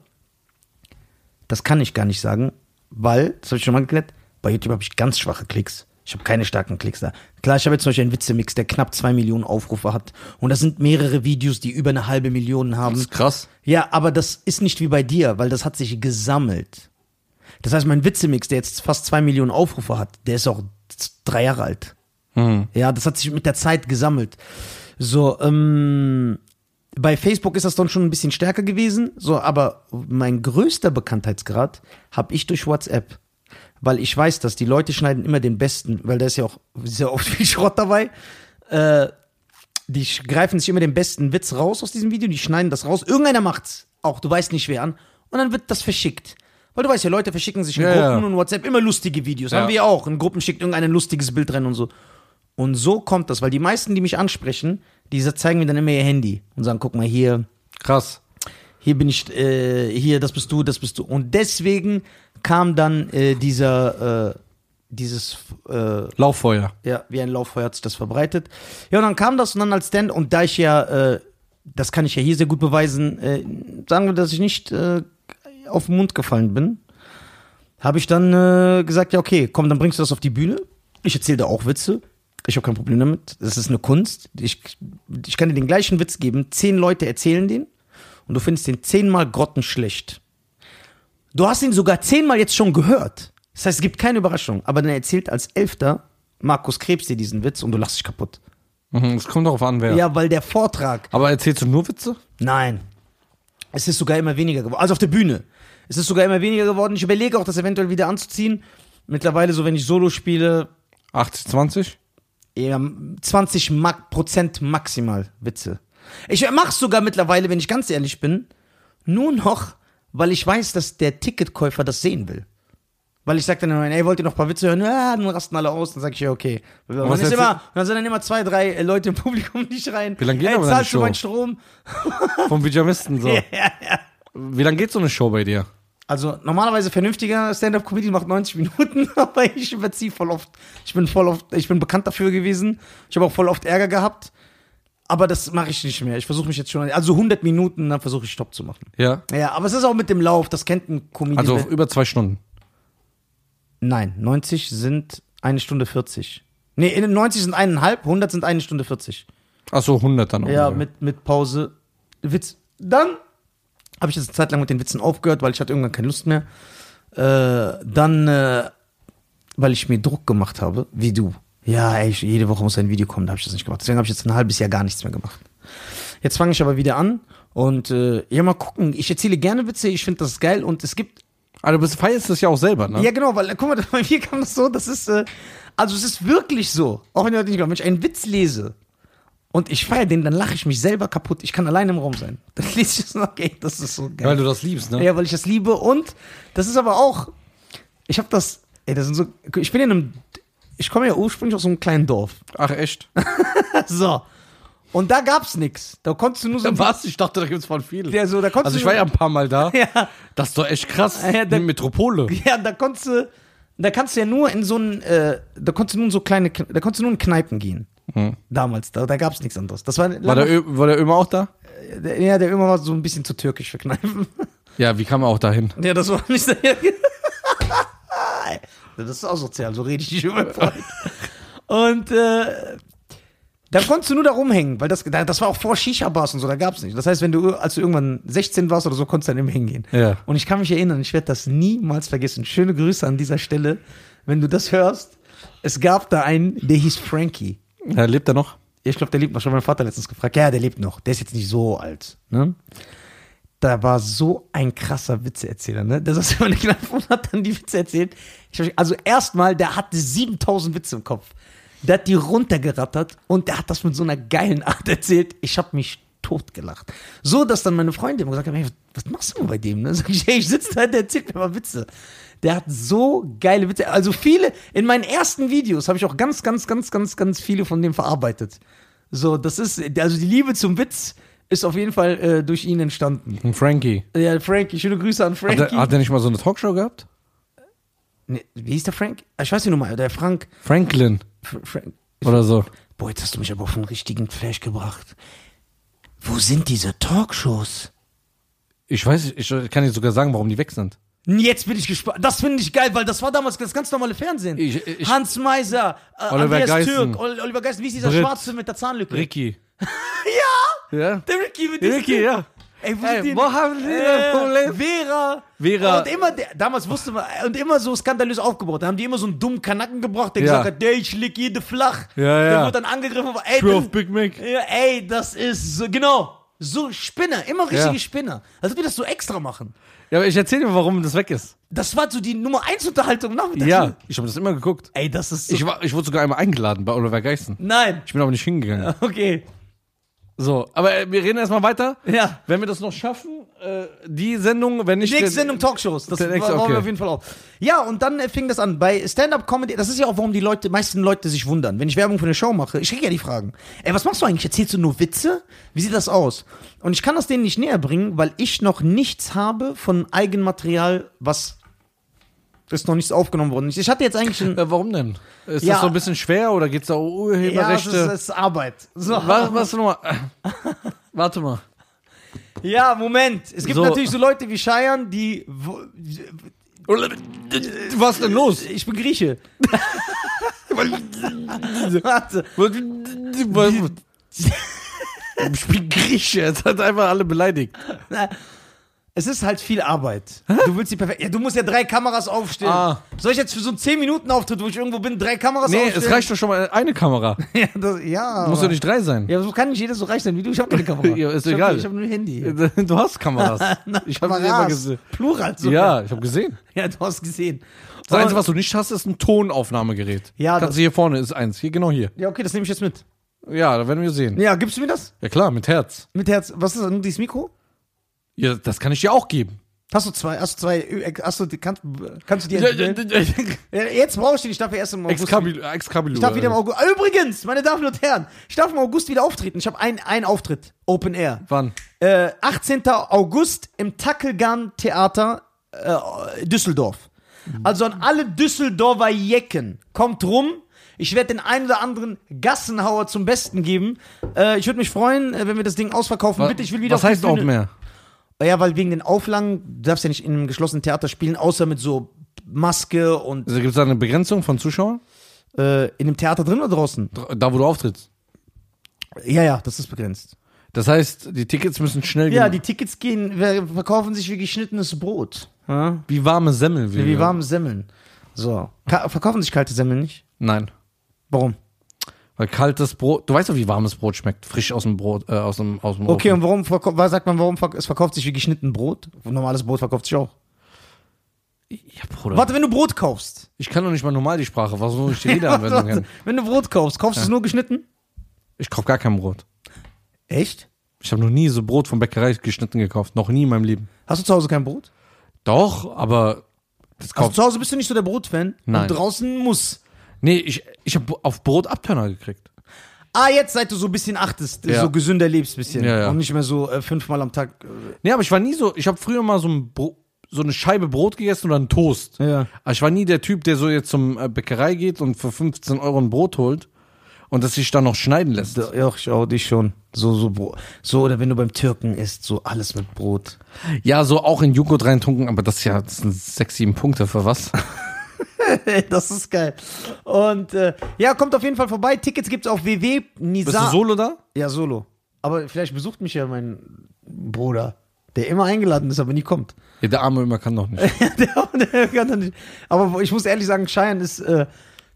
A: das kann ich gar nicht sagen, weil, das habe ich schon mal geklärt, bei YouTube habe ich ganz schwache Klicks. Ich habe keine starken Klicks da. Klar, ich habe jetzt zum Beispiel einen Witzemix, der knapp zwei Millionen Aufrufe hat. Und das sind mehrere Videos, die über eine halbe Million haben.
B: Das ist krass.
A: Ja, aber das ist nicht wie bei dir, weil das hat sich gesammelt. Das heißt, mein Witzemix, der jetzt fast zwei Millionen Aufrufe hat, der ist auch z- drei Jahre alt. Ja, das hat sich mit der Zeit gesammelt. So, ähm, bei Facebook ist das dann schon ein bisschen stärker gewesen, so, aber mein größter Bekanntheitsgrad habe ich durch WhatsApp. Weil ich weiß, dass die Leute schneiden immer den besten, weil da ist ja auch sehr oft [laughs] viel Schrott dabei Äh, die sch- greifen sich immer den besten Witz raus aus diesem Video, die schneiden das raus. Irgendeiner macht's. Auch, du weißt nicht wer an. Und dann wird das verschickt. Weil du weißt ja, Leute verschicken sich in
B: Ja,
A: Gruppen
B: ja.
A: und WhatsApp immer lustige Videos.
B: Ja.
A: Haben wir ja auch. In Gruppen schickt irgendein lustiges Bild rein und so. Und so kommt das, weil die meisten, die mich ansprechen, die sa- zeigen mir dann immer ihr Handy und sagen, guck mal hier,
B: Krass.
A: hier bin ich, äh, hier, das bist du, das bist du. Und deswegen kam dann äh, dieser, äh, dieses äh,
B: Lauffeuer.
A: ja, wie ein Lauffeuer hat sich das verbreitet. Ja, und dann kam das und dann als Stand und da ich ja, äh, das kann ich ja hier sehr gut beweisen, äh, sagen wir, dass ich nicht äh, auf den Mund gefallen bin. habe ich dann äh, gesagt, ja, okay, komm, dann bringst du das auf die Bühne. Ich erzähle da auch Witze. Ich habe kein Problem damit. Das ist eine Kunst. Ich, ich kann dir den gleichen Witz geben. Zehn Leute erzählen den und du findest den zehnmal grottenschlecht. Du hast ihn sogar zehnmal jetzt schon gehört. Das heißt, es gibt keine Überraschung. Aber dann erzählt als Elfter Markus Krebs dir diesen Witz und du lachst dich kaputt.
B: Mhm, Es kommt darauf an, wer.
A: Ja, weil der Vortrag,
B: Aber erzählst du nur Witze?
A: nein, es ist sogar immer weniger geworden. Also auf der Bühne. Es ist sogar immer weniger geworden. Ich überlege auch, das eventuell wieder anzuziehen. Mittlerweile, so wenn ich Solo spiele,
B: 80, 20?
A: eher 20 Ma Prozent maximal Witze. Ich mach's sogar mittlerweile, wenn ich ganz ehrlich bin, nur noch, weil ich weiß, dass der Ticketkäufer das sehen will. Weil ich sag dann immer, ey, wollt ihr noch ein paar Witze hören? Ja, dann rasten alle aus. Dann sag ich, ja, okay. Und dann,
B: was
A: ist
B: erzähl-
A: immer, und dann sind dann immer zwei, drei äh, Leute im Publikum [laughs] nicht rein.
B: Wie lange geht
A: ey,
B: aber deine
A: zahlst du
B: Show?
A: meinen Strom?
B: Vom Pyjamisten
A: [laughs]
B: so.
A: Ja, ja.
B: Wie lange geht so eine Show bei dir?
A: Also normalerweise vernünftiger Stand-up-Comedy macht 90 Minuten, [laughs] aber ich überziehe voll oft. Ich bin voll oft, ich bin bekannt dafür gewesen. Ich habe auch voll oft Ärger gehabt, aber das mache ich nicht mehr. Ich versuche mich jetzt schon, also 100 Minuten, dann versuche ich Stopp zu machen.
B: Ja.
A: Ja, aber es ist auch mit dem Lauf, das kennt ein Comedian.
B: Also über zwei Stunden.
A: Nein, 90 sind eine Stunde 40. Nee, in den 90 sind eineinhalb, 100 sind eine Stunde 40.
B: Achso, 100 dann.
A: Ja,
B: ungefähr.
A: mit, mit Pause. Witz. Dann habe ich jetzt eine Zeit lang mit den Witzen aufgehört, weil ich hatte irgendwann keine Lust mehr. Äh, dann, äh, weil ich mir Druck gemacht habe, wie du. Ja, ey, ich, jede Woche muss ein Video kommen, da habe ich das nicht gemacht. Deswegen habe ich jetzt ein halbes Jahr gar nichts mehr gemacht. Jetzt fange ich aber wieder an und äh, ja, mal gucken. Ich erzähle gerne Witze, ich finde das geil und es gibt
B: Aber Ah, du bist, feierst es ja auch selber, ne?
A: ja, genau, weil, äh, guck mal, [laughs] bei mir kam das so, das ist, äh, also es ist wirklich so, auch wenn ihr Leute nicht glauben, wenn ich einen Witz lese und ich feiere den, dann lache ich mich selber kaputt. Ich kann alleine im Raum sein. [laughs] Dann lese ich es noch, ey, das ist so
B: Weil
A: geil.
B: du das liebst, ne?
A: Ja, weil ich das liebe und das ist aber auch, ich habe das, ey, das sind so, ich bin ja in einem, ich komme ja ursprünglich aus so einem kleinen Dorf. [laughs]
B: Ach, [laughs] echt?
A: So. Und da gab's nix. Da konntest du nur so,
B: Was? Ich dachte, da gibt's voll viel.
A: ja, so da konntest
B: Also ich
A: du
B: war ja ein paar Mal da.
A: [laughs] ja,
B: Das ist doch echt krass.
A: Ja, der-
B: Eine Metropole.
A: [laughs] Ja, da konntest du, da kannst du ja nur in so einen, äh, da konntest du nur in so kleine, Kn- da konntest du nur in Kneipen gehen. Damals, da, da gab es nichts anderes. Das war,
B: War der, Ö war der Ömer auch da?
A: der, ja, der immer war so ein bisschen zu türkisch für Kneipen.
B: Ja, wie kam er auch dahin?
A: ja, das war nicht der. [laughs] das ist auch sozial, so rede ich nicht über Freund. Und äh, da konntest du nur da rumhängen, weil das, da- das war auch vor Shisha-Bars und so, da gab es nicht. Das heißt, wenn du, als du irgendwann 16 warst oder so, konntest du dann immer hingehen.
B: Ja.
A: Und ich kann mich erinnern, ich werde das niemals vergessen. Schöne Grüße an dieser Stelle, wenn du das hörst. Es gab da einen, der hieß Frankie.
B: Ja, lebt er noch?
A: Ich glaube, der lebt noch. Schon mein Vater letztens gefragt. Ja, der lebt noch. Der ist jetzt nicht so alt. Ne? Da war so ein krasser Witzeerzähler. Ne? Der saß immer in der Kneipe und hat dann die Witze erzählt. Ich hab, also erstmal, der hatte 7000 Witze im Kopf. Der hat die runtergerattert und der hat das mit so einer geilen Art erzählt. Ich habe mich totgelacht. So, dass dann meine Freunde immer gesagt haben, hey, was machst du denn bei dem? Ne? [laughs] Sag ich, hey, ich sitze da, der erzählt mir mal Witze. Der hat so geile Witze. Also viele, in meinen ersten Videos habe ich auch ganz, ganz, ganz, ganz, ganz viele von dem verarbeitet. So, das ist, also die Liebe zum Witz ist auf jeden Fall äh, durch ihn entstanden.
B: Ein Frankie.
A: Ja, Frankie, schöne Grüße an
B: Hat
A: Frankie.
B: er, hat er nicht mal so eine Talkshow gehabt?
A: nee, wie hieß der Frank? Ah, Ich weiß nicht nochmal, der Frank,
B: Franklin
A: Fr- Frank.
B: oder so.
A: Boah, jetzt hast du mich aber auf den richtigen Flash gebracht. Wo sind diese Talkshows?
B: Ich weiß, ich kann dir sogar sagen, warum die weg sind.
A: Jetzt bin ich gespannt. Das finde ich geil, weil das war damals das ganz normale Fernsehen.
B: Ich- ich-
A: Hans Meiser, äh,
B: Oliver
A: Andreas
B: Geissen.
A: Türk, Ol Oliver Geissen, wie ist dieser
B: Britt.
A: Schwarze mit der Zahnlücke?
B: Ricky.
A: Ja!
B: [laughs] Ja?
A: Der Ricky mit diesem
B: Ricky, ja.
A: Ey, wo
B: Ey,
A: sind die?
B: wo haben die das
A: äh,
B: Problem?
A: Vera.
B: Vera.
A: Und immer, der, damals wusste man, äh, und immer so skandalös aufgebaut. Da haben die immer so einen dummen Kanacken gebracht, der
B: Ja.
A: gesagt hat, der, ich leg jede flach.
B: Ja,
A: Der
B: ja.
A: wurde dann angegriffen. aber, Ey,
B: Schwör
A: das,
B: auf Big Mac.
A: ja, ey, das ist so, genau. So Spinner, immer richtige
B: Ja.
A: Spinner. Als ob die das so extra machen.
B: Ja, aber ich erzähle dir, warum das weg ist.
A: Das war so die Nummer 1 Unterhaltung nachmittags.
B: Ja, ich habe das immer geguckt.
A: Ey, das ist so.
B: Ich, war, ich wurde sogar einmal eingeladen bei Oliver Geissen.
A: Nein.
B: Ich bin aber nicht hingegangen.
A: Okay.
B: So, aber äh, wir reden erstmal weiter.
A: Ja.
B: Wenn wir das noch schaffen, äh, die Sendung, wenn nicht.
A: Nächste Sendung Talkshows. Das
B: Der
A: war
B: nächste,
A: bauen wir
B: okay.
A: auf jeden Fall auf. Ja, und dann äh, fing das an. Bei Stand-Up-Comedy, das ist ja auch, warum die Leute, meisten Leute sich wundern. Wenn ich Werbung für eine Show mache, ich kriege ja die Fragen. Ey, was machst du eigentlich? Erzählst du nur Witze? Wie sieht das aus? Und ich kann das denen nicht näher bringen, weil ich noch nichts habe von Eigenmaterial, was ist noch nichts aufgenommen worden. Ich hatte jetzt eigentlich
B: [laughs]
A: ein,
B: Äh, warum denn? Ist
A: Ja.
B: das so ein bisschen schwer oder geht's da
A: ja,
B: um
A: es
B: Urheberrechte?
A: ist, es ist Arbeit. So.
B: Warte, warte
A: [laughs]
B: nochmal. Warte mal.
A: Ja, Moment. Es gibt
B: So.
A: natürlich so Leute wie Scheiern, die w-
B: Was denn los?
A: Ich bin Grieche. Warte.
B: Ich bin Grieche. Es hat einfach alle beleidigt.
A: Es ist halt viel Arbeit. Du willst die perfekt. Ja, du musst ja drei Kameras aufstellen.
B: Ah.
A: Soll ich jetzt für so einen 10-Minuten-Auftritt, wo ich irgendwo bin, drei Kameras
B: Nee,
A: aufstellen?
B: es reicht doch schon mal eine Kamera.
A: [laughs] Ja, das, ja.
B: Muss
A: aber-
B: doch nicht
A: [laughs]
B: drei sein.
A: Ja, so kann nicht jeder so reich sein wie du. Ich hab keine Kamera.
B: [laughs] Ja, ist
A: ich
B: egal.
A: Hab, ich habe nur ein Handy.
B: Du hast Kameras. Ich habe sie immer
A: Kameras.
B: gesehen.
A: Plural sogar.
B: Ja, ich habe gesehen.
A: Ja, du hast gesehen.
B: Das
A: Aber-
B: Einzige, was du nicht hast, ist ein Tonaufnahmegerät.
A: Ja,
B: Kannst
A: das-
B: du hier vorne ist eins. Hier, genau hier.
A: ja, okay, das nehme ich jetzt mit.
B: Ja, da werden wir sehen.
A: Ja, gibst du mir das?
B: Ja klar, mit Herz.
A: Mit Herz. Was ist das? Nur dieses Mikro?
B: Ja, das kann ich dir auch geben.
A: Hast du zwei, hast du zwei, Ö- hast du, die- kannst, kannst du die
B: Ja,
A: entwickeln? Ja, jetzt brauche ich den, ich darf ja erst im August.
B: Exkabilur.
A: Ich darf wieder im August. Übrigens, meine Damen und Herren, ich darf im August wieder auftreten. Ich habe einen, einen Auftritt. Open Air.
B: Wann?
A: Äh, 18. August im Tackelgarn Theater äh, Düsseldorf. Also an alle Düsseldorfer Jecken. Kommt rum. Ich werde den einen oder anderen Gassenhauer zum Besten geben. Äh, ich würde mich freuen, äh, wenn wir das Ding ausverkaufen. Bitte, ich will wieder
B: Was
A: auf die
B: heißt auch
A: Bühne.
B: mehr?
A: Ja, weil wegen den Auflagen, du darfst ja nicht in einem geschlossenen Theater spielen, außer mit so Maske und
B: Also gibt es da eine Begrenzung von Zuschauern?
A: äh, in dem Theater drin oder draußen?
B: Da, wo du auftrittst.
A: Ja, ja, das ist begrenzt.
B: Das heißt, die Tickets müssen schnell
A: Ja,
B: gehen.
A: die Tickets gehen, wer- verkaufen sich wie geschnittenes Brot. Ja?
B: Wie warme Semmel.
A: Wie
B: wir-
A: warme Semmeln. So. Ka verkaufen sich kalte Semmeln nicht?
B: Nein.
A: Warum?
B: Weil kaltes Brot, du weißt doch, wie warmes Brot schmeckt. Frisch aus dem Brot, äh, aus dem, aus dem
A: Okay,
B: Ofen.
A: und warum verkau- was sagt man, warum verk es verkauft sich wie geschnitten Brot? Normales Brot verkauft sich auch.
B: Ja, Bruder.
A: Warte, wenn du Brot
B: [laughs]
A: kaufst.
B: Ich kann doch nicht mal normal die Sprache, was soll
A: [laughs]
B: ich die Redeanwendung
A: Warte,
B: kennen?
A: wenn du Brot kaufst, kaufst du es nur geschnitten?
B: Ich kauf gar kein Brot.
A: Echt?
B: Ich habe noch nie so Brot von Bäckerei geschnitten gekauft. Noch nie in meinem Leben.
A: Hast du zu Hause kein Brause
B: Doch, aber das
A: Also
B: kauft.
A: zu Hause bist du nicht so der Brotfan.
B: Nein.
A: Und draußen muss.
B: Nee, ich, ich habe auf Brot Abtörner gekriegt.
A: Ah, jetzt seit du so ein bisschen achtest,
B: Ja.
A: so gesünder lebst ein bisschen.
B: Ja, ja.
A: Und nicht mehr so äh, fünfmal am Tag. äh,
B: Nee, aber ich war nie so, ich habe früher mal so, ein Bro, so eine Scheibe Brot gegessen oder einen Toast.
A: Ja.
B: Aber ich war nie der Typ, der so jetzt zum äh, Bäckerei geht und für 15 Euro ein Brot holt und das sich dann noch schneiden lässt.
A: Ja, ich auch dich schon. So, so, Bro- so, oder wenn du beim Türken isst, so alles mit Brot.
B: Ja, so auch in Joghurt reintunken, aber das ist ja, das sind sechs, sieben Punkte für [laughs] was?
A: das ist geil. Und äh, ja, kommt auf jeden Fall vorbei. Tickets gibt's auf www.
B: Bist du solo da?
A: Ja, solo. Aber vielleicht besucht mich ja mein Bruder, der immer eingeladen ist, aber nie kommt. [laughs]
B: Ja, der arme immer kann doch nicht.
A: der, der kann dann nicht. Aber ich muss ehrlich sagen, Cheyenne ist. Äh,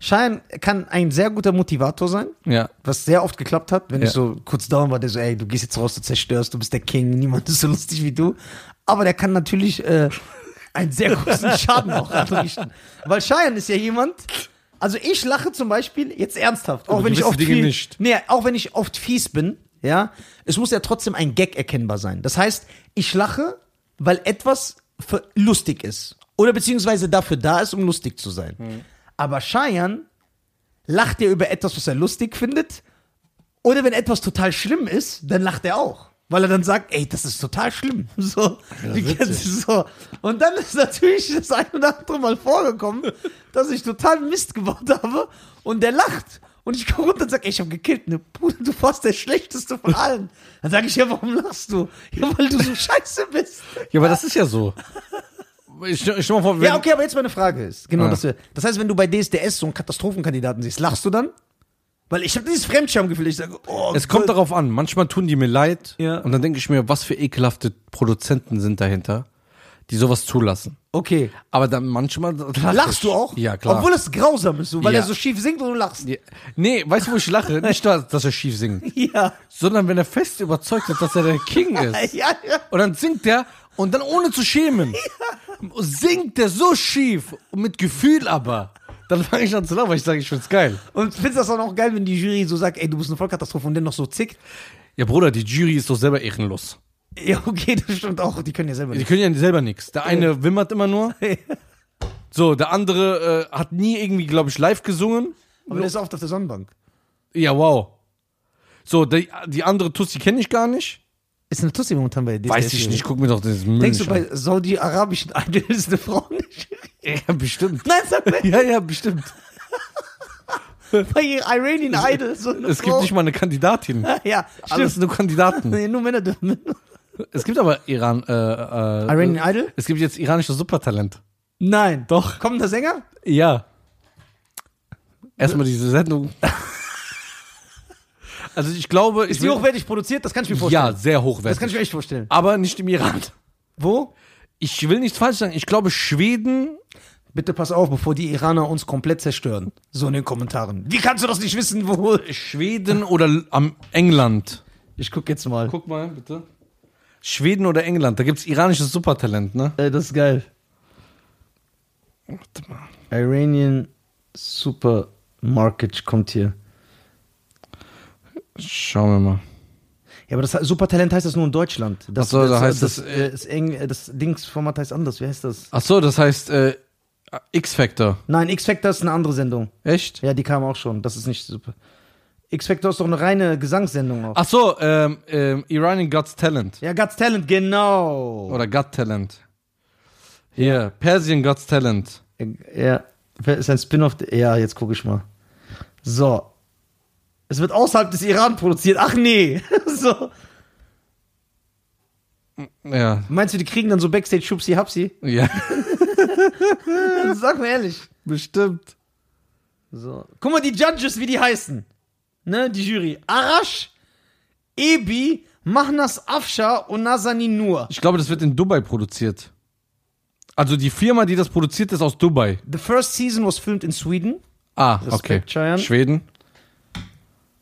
A: Cheyenne kann ein sehr guter Motivator sein.
B: [laughs] ja.
A: Was sehr oft geklappt hat, wenn
B: Ja.
A: ich so kurz down war, der so, ey, du gehst jetzt raus, du zerstörst, du bist der King, niemand ist so lustig wie du. Aber der kann natürlich äh, einen sehr großen Schaden auch anrichten. Weil Cheyenne ist ja jemand, also ich lache zum Beispiel jetzt ernsthaft, auch
B: Über
A: wenn ich
B: gewisse
A: oft
B: Dinge
A: viel,
B: nicht.
A: Nee, auch wenn ich oft fies bin, ja, es muss ja trotzdem ein Gag erkennbar sein. Das heißt, ich lache, weil etwas für lustig ist. Oder beziehungsweise dafür da ist, um lustig zu sein.
B: Hm.
A: Aber Cheyenne lacht er über etwas, was er lustig findet. Oder wenn etwas total schlimm ist, dann lacht er auch. Weil er dann sagt, ey, das ist total schlimm. [laughs] So, wie
B: witzig.
A: kennst du so. Und dann ist natürlich das ein oder andere Mal vorgekommen, dass ich total Mist gebaut habe und der lacht. Und ich komme runter und sage, ey, ich habe gekillt. Ne? Bruder, du warst der Schlechteste von allen. Dann sage ich, ja, warum lachst du? Ja, weil du
B: [laughs]
A: so scheiße bist.
B: Ja, aber das ist ja so. Ich, stell- ich stell mal vor, wenn,
A: Ja, okay, aber jetzt meine Frage ist, genau,
B: Ah.
A: dass wir, das heißt, wenn du bei DSDS so einen Katastrophenkandidaten siehst, lachst du dann? Weil ich habe dieses Fremdschirmgefühl, ich sage, oh,
B: Es kommt
A: Gott.
B: darauf an. Manchmal tun die mir leid.
A: Ja.
B: Und dann denke ich mir, was für ekelhafte Produzenten sind dahinter, die sowas zulassen.
A: Okay.
B: Aber dann manchmal lach ich.
A: Lachst du auch?
B: Ja, klar.
A: Obwohl es grausam ist, so, weil
B: Ja.
A: er so schief singt und du lachst.
B: Ja. Nee, weißt du, wo ich [laughs] lache? Nicht, dass dass er schief singt,
A: Ja.
B: sondern wenn er fest überzeugt ist, dass er der King
A: [laughs]
B: ist.
A: Ja, ja.
B: Und dann singt er und dann ohne zu schämen singt er so schief und mit Gefühl aber. Dann fange ich an zu lachen, weil ich sage, ich find's geil.
A: Und findest das dann auch geil, wenn die Jury so sagt, ey, du bist eine Vollkatastrophe und dennoch so zickt? [laughs]
B: Ja, Bruder, die Jury ist doch selber ehrenlos.
A: Ja, okay, das stimmt auch. Die können ja selber
B: Die
A: nicht.
B: können ja selber nichts. Der eine wimmert immer nur. So, der andere äh, hat nie irgendwie, glaube ich, live gesungen.
A: [laughs] Aber der ist oft auf der Sonnenbank.
B: Ja, wow. So, die, die andere Tussi kenne ich gar nicht.
A: Ist eine Tussi momentan bei DSDS?
B: Weiß ich nicht, guck mir doch das Müll
A: Denkst du,
B: nicht
A: bei saudi-arabischen Idol ist eine Frau nicht?
B: an. Ja, bestimmt.
A: Nein, sag mal,
B: [laughs] Ja, ja, bestimmt.
A: bei Iranian Idol so eine
B: Es
A: Frau.
B: gibt nicht mal eine [laughs] Kandidatin.
A: [laughs] Ja,
B: Alles
A: stimmt.
B: nur Kandidaten.
A: Nee, nur Männer dürfen mit.
B: Es gibt aber Iran. Äh, äh,
A: Iranian Idol?
B: Es gibt jetzt iranisches Supertalent.
A: Nein.
B: Doch.
A: Kommt der Sänger?
B: Ja. Erstmal diese Sendung. [laughs] also ich glaube, ich
A: Ist die
B: will-
A: hochwertig produziert? Das kann ich mir vorstellen.
B: ja,
A: Das
B: sehr
A: kann ich
B: hochwertig.
A: mir echt vorstellen.
B: Aber nicht im Iran.
A: Wo?
B: Ich will nichts falsch sagen. Ich glaube, Schweden
A: Bitte pass auf, bevor die Iraner uns komplett zerstören. So in den Kommentaren. Wie kannst du das nicht wissen, wo?
B: Schweden oder L- am England?
A: Ich guck jetzt mal.
B: Guck mal, bitte. Schweden oder England, da gibt's iranisches Supertalent, ne?
A: Äh, das ist geil.
B: Warte mal.
A: Iranian Supermarket kommt hier.
B: Schauen wir mal.
A: Ja, aber das Supertalent heißt das nur in Deutschland. Das,
B: Ach so, da heißt
A: das,
B: das,
A: das, äh, ist eng, äh, das Dingsformat heißt anders. Wie heißt das?
B: Ach so, das heißt äh, X-Factor.
A: Nein, X-Factor ist eine andere Sendung.
B: Echt?
A: Ja, die kam auch schon. Das ist nicht super. X-Factor ist doch eine reine Gesangssendung auch.
B: Ach so, ähm, ähm, Iranian God's Talent.
A: Ja, God's Talent, genau.
B: Oder God Talent. Hier, Persian God's Talent.
A: Ja, ist ein Spin-off. Ja, jetzt gucke ich mal. So. Es wird außerhalb des Iran produziert. Ach nee. [laughs] So.
B: Ja.
A: Meinst du, die kriegen dann so Backstage Schubsi Hapsi?
B: Ja.
A: Sag mir ehrlich.
B: Bestimmt.
A: So. Guck mal, die Judges, wie die heißen. Ne, die Jury. Arash, Ebi, Mahnas Afsha und Nazanin Nur.
B: Ich glaube, das wird in Dubai produziert. Also die Firma, die das produziert, ist aus Dubai.
A: The first season was filmed in Sweden.
B: Ah,
A: Respekt,
B: okay.
A: Cheyenne.
B: Schweden.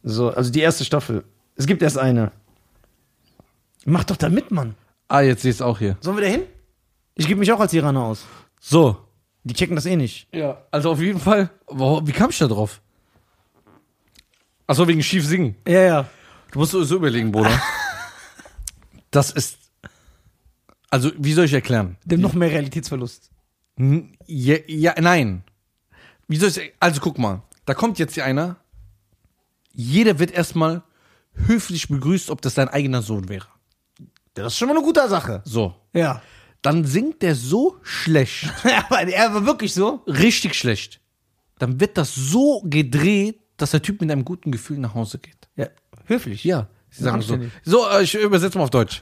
A: So, also die erste Staffel. Es gibt erst eine. Mach doch da mit, Mann.
B: Ah, jetzt sehe ich es auch hier.
A: Sollen wir da hin? Ich gebe mich auch als Iraner aus.
B: So.
A: Die checken das eh nicht.
B: Ja. Also auf jeden Fall. Wow, Wie kam ich da drauf? Ach so, wegen schief singen.
A: Ja, ja.
B: Du musst so überlegen, Bruder. Das ist. Also, wie soll ich erklären?
A: Dem noch mehr Realitätsverlust.
B: N- Ja, ja, nein. Wie soll ich, also guck mal, da kommt jetzt hier einer. Jeder wird erstmal höflich begrüßt, ob das dein eigener Sohn wäre.
A: Das ist schon mal eine gute Sache.
B: So.
A: Ja.
B: Dann singt der so schlecht,
A: [laughs] aber er war wirklich so.
B: richtig schlecht. Dann wird das so gedreht, dass der Typ mit einem guten Gefühl nach Hause geht.
A: Ja. Höflich.
B: Ja, sie sagen so.
A: Anständig.
B: So, äh, ich übersetze mal auf Deutsch.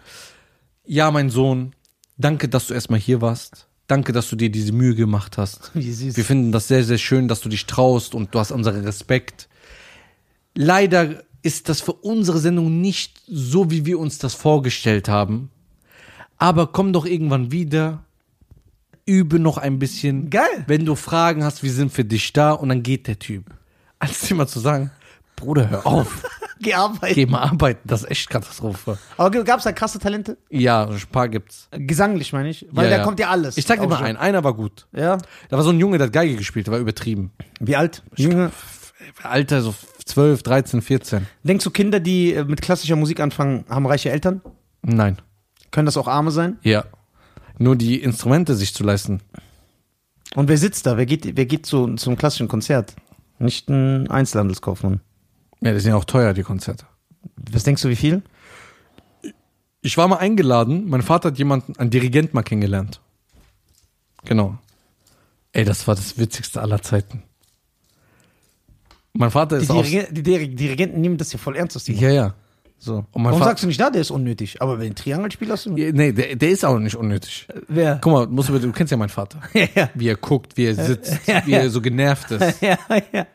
B: Ja, mein Sohn, danke, dass du erstmal hier warst. Danke, dass du dir diese Mühe gemacht hast.
A: [laughs] Wie süß.
B: Wir finden das sehr, sehr schön, dass du dich traust und du hast unseren Respekt. Leider ist das für unsere Sendung nicht so, wie wir uns das vorgestellt haben. Aber komm doch irgendwann wieder. Übe noch ein bisschen.
A: Geil.
B: Wenn du Fragen hast, wir sind für dich da und dann geht der Typ. Als immer zu sagen, Bruder, hör auf.
A: [laughs] Gearbeitet.
B: Geh mal arbeiten, das ist echt Katastrophe.
A: Aber gab es da krasse Talente?
B: Ja, ein paar gibt's.
A: Gesanglich meine ich. Weil
B: ja,
A: da
B: ja.
A: kommt ja alles.
B: Ich zeig dir
A: Auch
B: mal
A: schon.
B: einen. Einer war gut.
A: Ja.
B: Da war so ein Junge, der hat Geige gespielt, der war übertrieben.
A: Wie alt? Junge.
B: Alter, so 12, 13, 14.
A: Denkst du, Kinder, die äh, mit klassischer Musik anfangen, haben reiche Eltern?
B: Nein.
A: Können das auch Arme sein?
B: Ja. Nur die Instrumente sich zu leisten.
A: Und wer sitzt da? Wer geht, wer geht zu, zum klassischen Konzert? Nicht ein Einzelhandelskaufmann.
B: Ja, die sind ja auch teuer, die Konzerte.
A: Was denkst du, wie viel?
B: Ich war mal eingeladen, mein Vater hat jemanden, einen Dirigent mal kennengelernt. Genau. Ey, das war das Witzigste aller Zeiten. Mein Vater
A: Die,
B: ist aus.
A: Dirigen- die Diri- Dirigenten nehmen das ja voll ernst, was die
B: Ja, ja.
A: So.
B: Und mein
A: Warum
B: Fa-
A: sagst du nicht da, der ist unnötig? Aber wenn Triangelspiel hast du.
B: Ja, Nee, der, der ist auch nicht unnötig.
A: Wer?
B: Guck mal, musst du, du kennst ja meinen Vater.
A: Ja, ja.
B: wie er guckt, wie
A: [laughs]
B: er sitzt, wie er so genervt ist.
A: Ja, ja.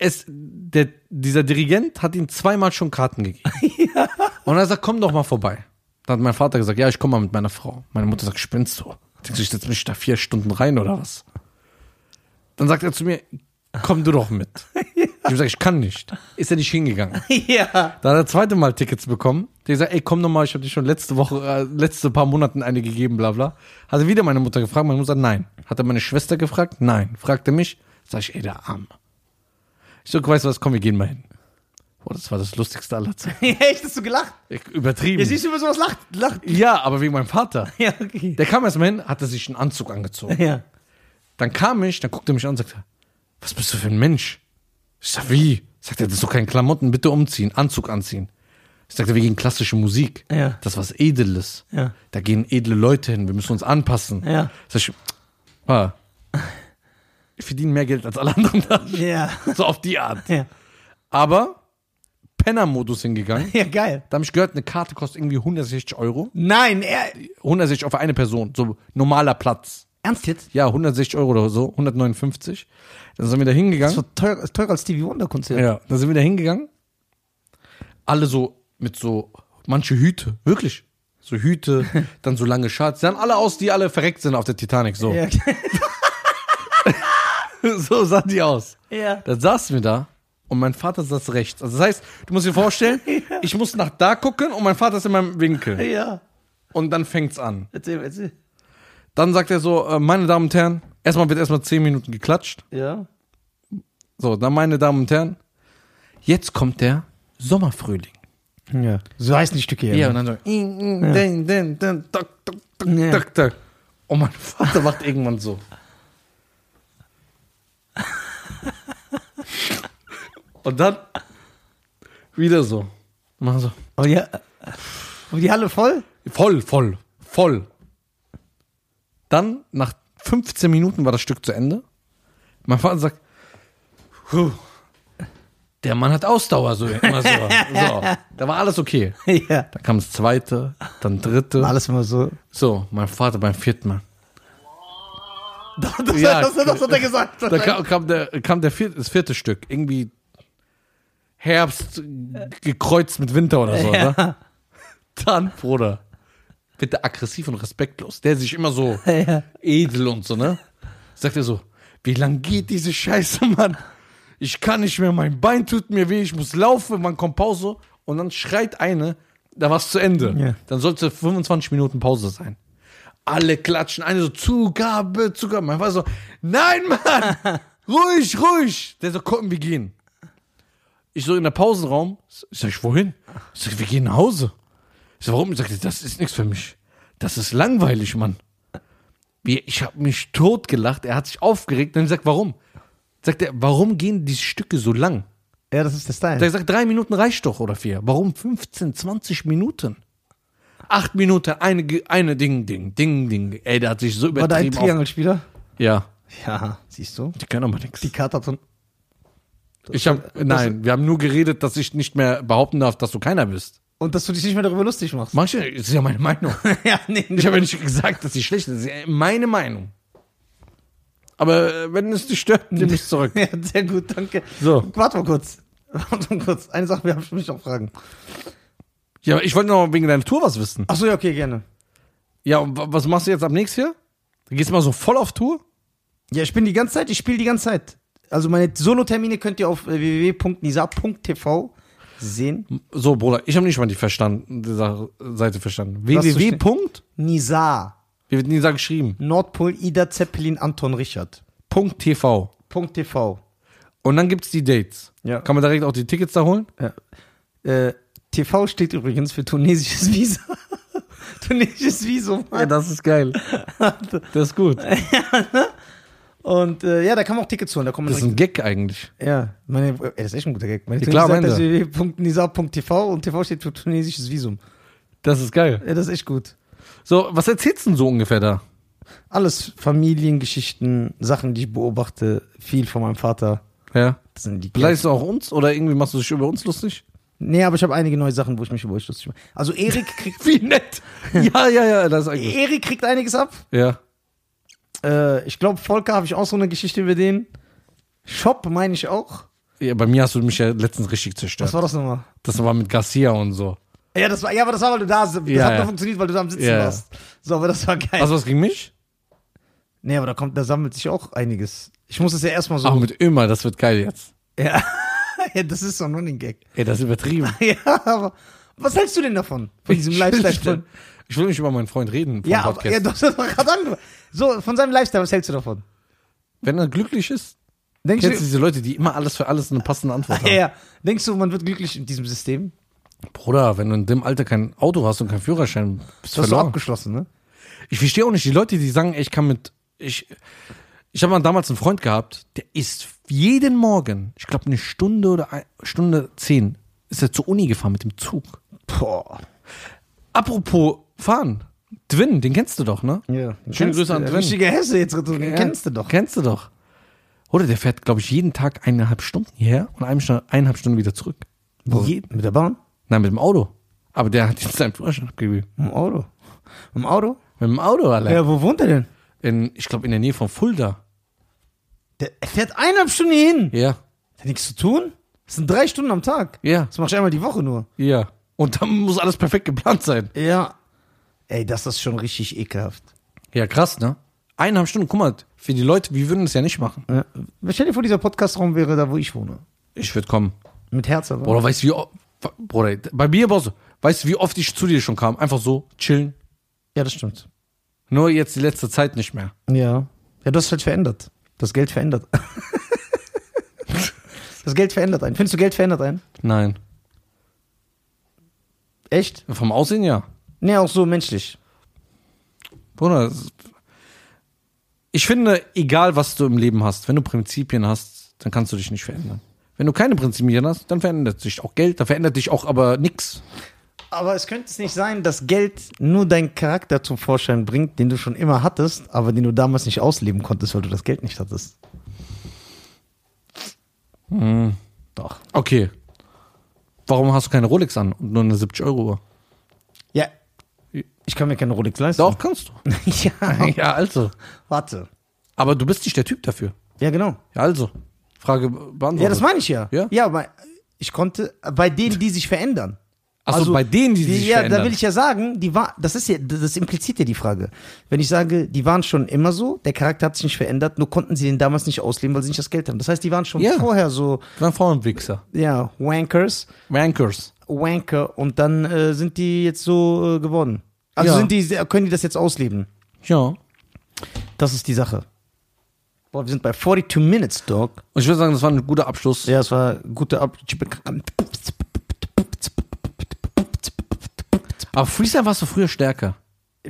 B: Es, der, dieser Dirigent hat ihm zweimal schon Karten
A: [laughs]
B: gegeben. Und er sagt, komm doch mal vorbei. Dann hat mein Vater gesagt, ja, ich komme mal mit meiner Frau. Meine Mutter sagt, spinnst du? Denkst du, ich setze mich da vier Stunden rein oder was? Dann sagt er zu mir, komm du
A: [laughs]
B: doch mit. Ich habe gesagt, ich kann nicht. Ist er nicht hingegangen.
A: Ja.
B: Dann hat er zweite Mal Tickets bekommen. Der gesagt, ey, komm nochmal, ich habe dir schon letzte Woche, äh, letzte paar Monaten eine gegeben, bla bla. Hat er wieder meine Mutter gefragt, meine Mutter sagt, nein. Hat er meine Schwester gefragt? Nein. Fragte mich, sag ich, ey, der Arm. Ich so, weißt du was, komm, wir gehen mal hin. Boah, das war das Lustigste aller
A: [laughs]
B: Zeiten.
A: Echt, hast du gelacht?
B: Ich-
A: [laughs]
B: Übertrieben.
A: Ja, siehst du, über sowas lacht. lacht.
B: Ja, aber wegen meinem Vater.
A: Ja, okay.
B: Der kam erstmal hin, hatte sich einen Anzug angezogen.
A: Ja.
B: Dann kam ich, dann guckte er mich an und sagte, was bist du für ein Mensch? Ich sag, wie? Sagt er, das ist doch kein Klamotten, bitte umziehen, Anzug anziehen. Ich sagte, wir gehen klassische Musik.
A: Ja.
B: Das ist was Edles.
A: Ja.
B: Da gehen edle Leute hin, wir müssen uns anpassen.
A: Ja.
B: Sag ich, ah, ich verdiene mehr Geld als alle anderen da. [laughs]
A: Ja.
B: So auf die Art.
A: Ja,
B: Aber Penner-Modus hingegangen.
A: ja geil.
B: Da habe ich gehört, eine Karte kostet irgendwie 160 Euro.
A: Nein, er.
B: 160 auf eine Person, so normaler Platz.
A: Ernst jetzt?
B: Ja, 160 Euro oder so, 159. Dann sind wir da
A: Das
B: hingegangen.
A: war teurer, ist teurer als Stevie Wonder Konzert.
B: Ja, dann sind wir da hingegangen. Alle so mit so, manche Hüte, wirklich. So Hüte, dann so lange Schals. Sie sahen alle aus, die alle verreckt sind auf der Titanic. So,
A: Ja.
B: [laughs]
A: [laughs]
B: so sahen die aus.
A: ja.
B: Dann saßen wir da und mein Vater saß rechts. Also das heißt, du musst dir vorstellen, ich muss nach da gucken und mein Vater ist in meinem Winkel.
A: Ja.
B: Und dann fängt's an.
A: Erzähl, erzähl.
B: Dann sagt er so, äh, meine Damen und Herren, erstmal wird erstmal 10 Minuten geklatscht.
A: Ja.
B: So, dann meine Damen und Herren, jetzt kommt der Sommerfrühling.
A: Ja. So heißt ein Stück hier.
B: Ja, und dann so. "In, in, den, den, den, tak, tak, tak,
A: Ja.
B: tak, tak." Und mein Vater macht irgendwann so. Und dann wieder so. Machen so.
A: Oh ja. Und die Halle voll?
B: Voll, voll, voll. Dann, nach 15 Minuten war das Stück zu Ende. Mein Vater sagt, "Puh, der Mann hat Ausdauer, so immer so. [laughs] so. Da war alles okay.
A: [laughs] ja.
B: Dann kam das zweite, dann dritte.
A: Alles immer [laughs] so.
B: So, mein Vater beim vierten Mal.
A: Das, das,
B: Ja.
A: das, das hat er gesagt. [laughs]
B: Da kam, kam, der, kam der vierte, das vierte Stück. Irgendwie Herbst gekreuzt mit Winter oder so. Ne? [laughs] Dann, Bruder, bitte aggressiv und respektlos. Der sich immer so
A: Ja.
B: edel und so, ne? Sagt er so, wie lang geht diese Scheiße, Mann? Ich kann nicht mehr, mein Bein tut mir weh, ich muss laufen, man kommt Pause. Und dann schreit eine, da war's zu Ende.
A: Ja.
B: Dann sollte 25 Minuten Pause sein. Alle klatschen, eine so, Zugabe, Zugabe. Mein Vater so, nein, Mann, ruhig, ruhig. Der so, komm, wir gehen. Ich so in der Pausenraum, ich sag, ich, wohin? Ich sag, wir gehen nach Hause. Ich sag, warum? Ich sag, das ist nichts für mich. Das ist langweilig, Mann. Wir- Ich habe mich totgelacht, er hat sich aufgeregt. Dann hab ich gesagt, warum? Sagt er, warum gehen diese Stücke so lang?
A: Ja, das ist der
B: Da hab
A: Style.
B: ich gesagt, drei Minuten reicht doch oder vier. Warum 15, 20 Minuten? Acht Minuten, eine, Ge- eine Ding, Ding, Ding, Ding. Ey, der hat sich so
A: War da ein
B: übertrieben. auf-
A: Triangelspieler?
B: ja,
A: Ja, siehst du?
B: die können aber nichts.
A: Die Karte hat so ein-
B: Ich hab, nein, wir haben nur geredet, dass ich nicht mehr behaupten darf, dass du keiner bist.
A: Und dass du dich nicht mehr darüber lustig machst.
B: Manche, das ist ja meine Meinung.
A: [laughs] ja, nee,
B: Ich
A: nee.
B: habe ja nicht gesagt, dass sie schlecht ist. Das ist ja meine Meinung. Aber äh, wenn es dich stört, nimm es zurück.
A: [laughs] Ja, sehr gut, danke.
B: So.
A: Warte mal kurz. [laughs] Warte mal kurz. Eine Sache, wir haben mich noch Fragen.
B: Ja, aber ich wollte noch wegen deiner Tour was wissen.
A: Achso, ja, okay, gerne.
B: Ja, und wa- was machst du jetzt am nächsten Jahr? Du gehst mal so voll auf Tour?
A: Ja, ich bin die ganze Zeit, ich spiele die ganze Zeit. Also meine Solo-Termine könnt ihr auf äh, www.nisa.tv sehen.
B: So, Bruder, ich habe nicht mal die, verstanden, die Sache, Seite verstanden.
A: Lass du
B: www. Punkt?
A: Nisa,
B: Wie wird nie da geschrieben?
A: Nordpol, Ida, Zeppelin, Anton, Richard.
B: Punkt TV.
A: Punkt .tv.
B: Und dann gibt's die Dates.
A: Ja.
B: Kann man direkt auch die Tickets da holen?
A: Äh, TV steht übrigens für tunesisches Visa. [laughs] tunesisches Visum.
B: das ist geil. [laughs] Das ist gut.
A: Und äh, ja, da kann man auch Tickets holen. Da kommen
B: Das ist ein Gag eigentlich.
A: Ja, meine, ey, das ist echt ein guter Gag. Meine
B: Die
A: Trainerin
B: klaren
A: sagt, das ist www.nisa.tv und TV steht für tunesisches Visum.
B: Das ist geil.
A: Ja, das ist echt gut.
B: So, was erzählst du denn so ungefähr da?
A: Alles Familiengeschichten, Sachen, die ich beobachte, viel von meinem Vater.
B: Ja.
A: Das sind die
B: Beleidigst du auch uns oder irgendwie machst du dich über uns lustig?
A: Nee, aber ich habe einige neue Sachen, wo ich mich über euch lustig mache. Also Erik
B: [laughs]
A: kriegt,
B: Wie nett! Ja, ja, ja, das ist eigentlich.
A: Erik kriegt einiges ab.
B: Ja.
A: Äh, ich glaube, Volker habe ich auch so eine Geschichte über den. Shop meine ich auch.
B: ja. Bei mir hast du mich ja letztens richtig
A: Was
B: zerstört.
A: war das nochmal?
B: Das war mit Garcia und so.
A: Ja, das war, ja, aber das war, weil du da, das
B: Ja,
A: hat
B: ja.
A: nur funktioniert, weil du da am Sitzen
B: Ja, Also- ja.
A: warst. So, aber das war geil.
B: Hast du was gegen mich?
A: nee, aber da kommt, da sammelt sich auch einiges. Ich muss es ja erstmal so.
B: Ach, mit Ömer, das wird geil jetzt.
A: Ja. [laughs] ja, das ist so ein Running Gag. [laughs]
B: Ey, das ist übertrieben.
A: Ja, aber was hältst du denn davon? Von diesem
B: Ich will
A: Lifestyle?
B: nicht-
A: Von,
B: Ich will nicht über meinen Freund reden. Vom
A: ja, aber,
B: Podcast.
A: ja, [laughs] du hast das doch gerade angefangen. So, von seinem Lifestyle, was hältst du davon?
B: Wenn er glücklich ist,
A: Denkst
B: kennst du
A: du,
B: diese Leute, die immer alles für alles eine passende Antwort
A: [laughs] ja,
B: haben.
A: ja. Denkst du, man wird glücklich in diesem System?
B: Bruder, wenn du in dem Alter kein Auto hast und keinen Führerschein, bist du
A: Das hast du
B: verloren.
A: abgeschlossen, ne?
B: Ich verstehe auch nicht die Leute, die sagen, ey, ich kann mit ich ich habe mal damals einen Freund gehabt, der ist jeden Morgen, ich glaube eine Stunde oder ein, Stunde zehn, ist er zur Uni gefahren mit dem Zug.
A: Boah.
B: Apropos fahren, Dwin, den kennst du doch, ne?
A: Ja.
B: Schöne Grüße an
A: den
B: Sven.
A: Richtige Hesse jetzt, du kennst du doch.
B: Kennst du doch. Oder der fährt, glaube ich, jeden Tag eineinhalb Stunden hierher und eine Stunde, eineinhalb Stunden wieder zurück. Je-
A: Mit der Bahn?
B: Nein, mit dem Auto. Aber der hat jetzt seinen Führerschein abgegeben.
A: Im Auto. Im Auto?
B: Mit dem Auto allein.
A: Ja, wo wohnt er denn?
B: in, ich glaube, in der Nähe von Fulda.
A: Der fährt eineinhalb Stunden hier hin.
B: Ja.
A: Hat nichts zu tun? Das sind drei Stunden am Tag.
B: Ja.
A: Das mache ich einmal die Woche nur.
B: Ja. Und dann muss alles perfekt geplant sein.
A: Ja. Ey, das ist schon richtig ekelhaft.
B: Ja, krass, ne? Eineinhalb Stunden, guck mal, für die Leute, wir würden das ja nicht machen.
A: Ja. Stell dir vor, dieser Podcastraum wäre da, wo ich wohne.
B: Ich würde kommen.
A: Mit Herz aber.
B: Bruder, weißt du, wie oft, Bruder, bei mir war so, weißt du, wie oft ich zu dir schon kam? Einfach so, chillen.
A: Ja, das stimmt.
B: Nur jetzt die letzte Zeit nicht mehr.
A: Ja. Ja, du hast halt verändert. Das Geld verändert. [laughs] das Geld verändert einen. Findest du Geld verändert einen?
B: Nein.
A: Echt?
B: Vom Aussehen ja.
A: Nee, auch so menschlich.
B: Bruder, es- ich finde, egal was du im Leben hast, wenn du Prinzipien hast, dann kannst du dich nicht verändern. Wenn du keine Prinzipien hast, dann verändert sich auch Geld, dann verändert dich auch aber nix.
A: Aber es könnte es nicht sein, dass Geld nur deinen Charakter zum Vorschein bringt, den du schon immer hattest, aber den du damals nicht ausleben konntest, weil du das Geld nicht hattest.
B: Hm.
A: Doch.
B: Okay. Warum hast du keine Rolex an und nur eine 70-Euro-Uhr?
A: Ja. Ich kann mir keine Rolex leisten.
B: Doch, kannst du.
A: [laughs] ja.
B: Ja, also.
A: Warte.
B: Aber du bist nicht der Typ dafür.
A: Ja, genau.
B: Ja, also. Frage beantwortet.
A: Ja, das meine ich ja.
B: Ja?
A: Ja, aber ich konnte, bei denen, die sich verändern.
B: Achso, bei denen, die sich
A: Also, ja,
B: verändern.
A: da will ich ja sagen, die war, das ist ja, das impliziert ja die Frage. Wenn ich sage, die waren schon immer so, der Charakter hat sich nicht verändert, nur konnten sie den damals nicht ausleben, weil sie nicht das Geld haben. Das heißt, die waren schon
B: Ja.
A: vorher so,
B: Dann Frauenwichser.
A: ja, Wankers,
B: Rankers.
A: Wanker und dann äh, sind die jetzt so äh, geworden. Also
B: Ja.
A: sind die, können die das jetzt ausleben?
B: Ja.
A: Das ist die Sache. Boah, wir sind bei 42 Minutes, Dog.
B: Und ich würde sagen, das war ein guter Abschluss.
A: Ja, es war gute Ab.
B: Aber Freestyle warst du früher stärker.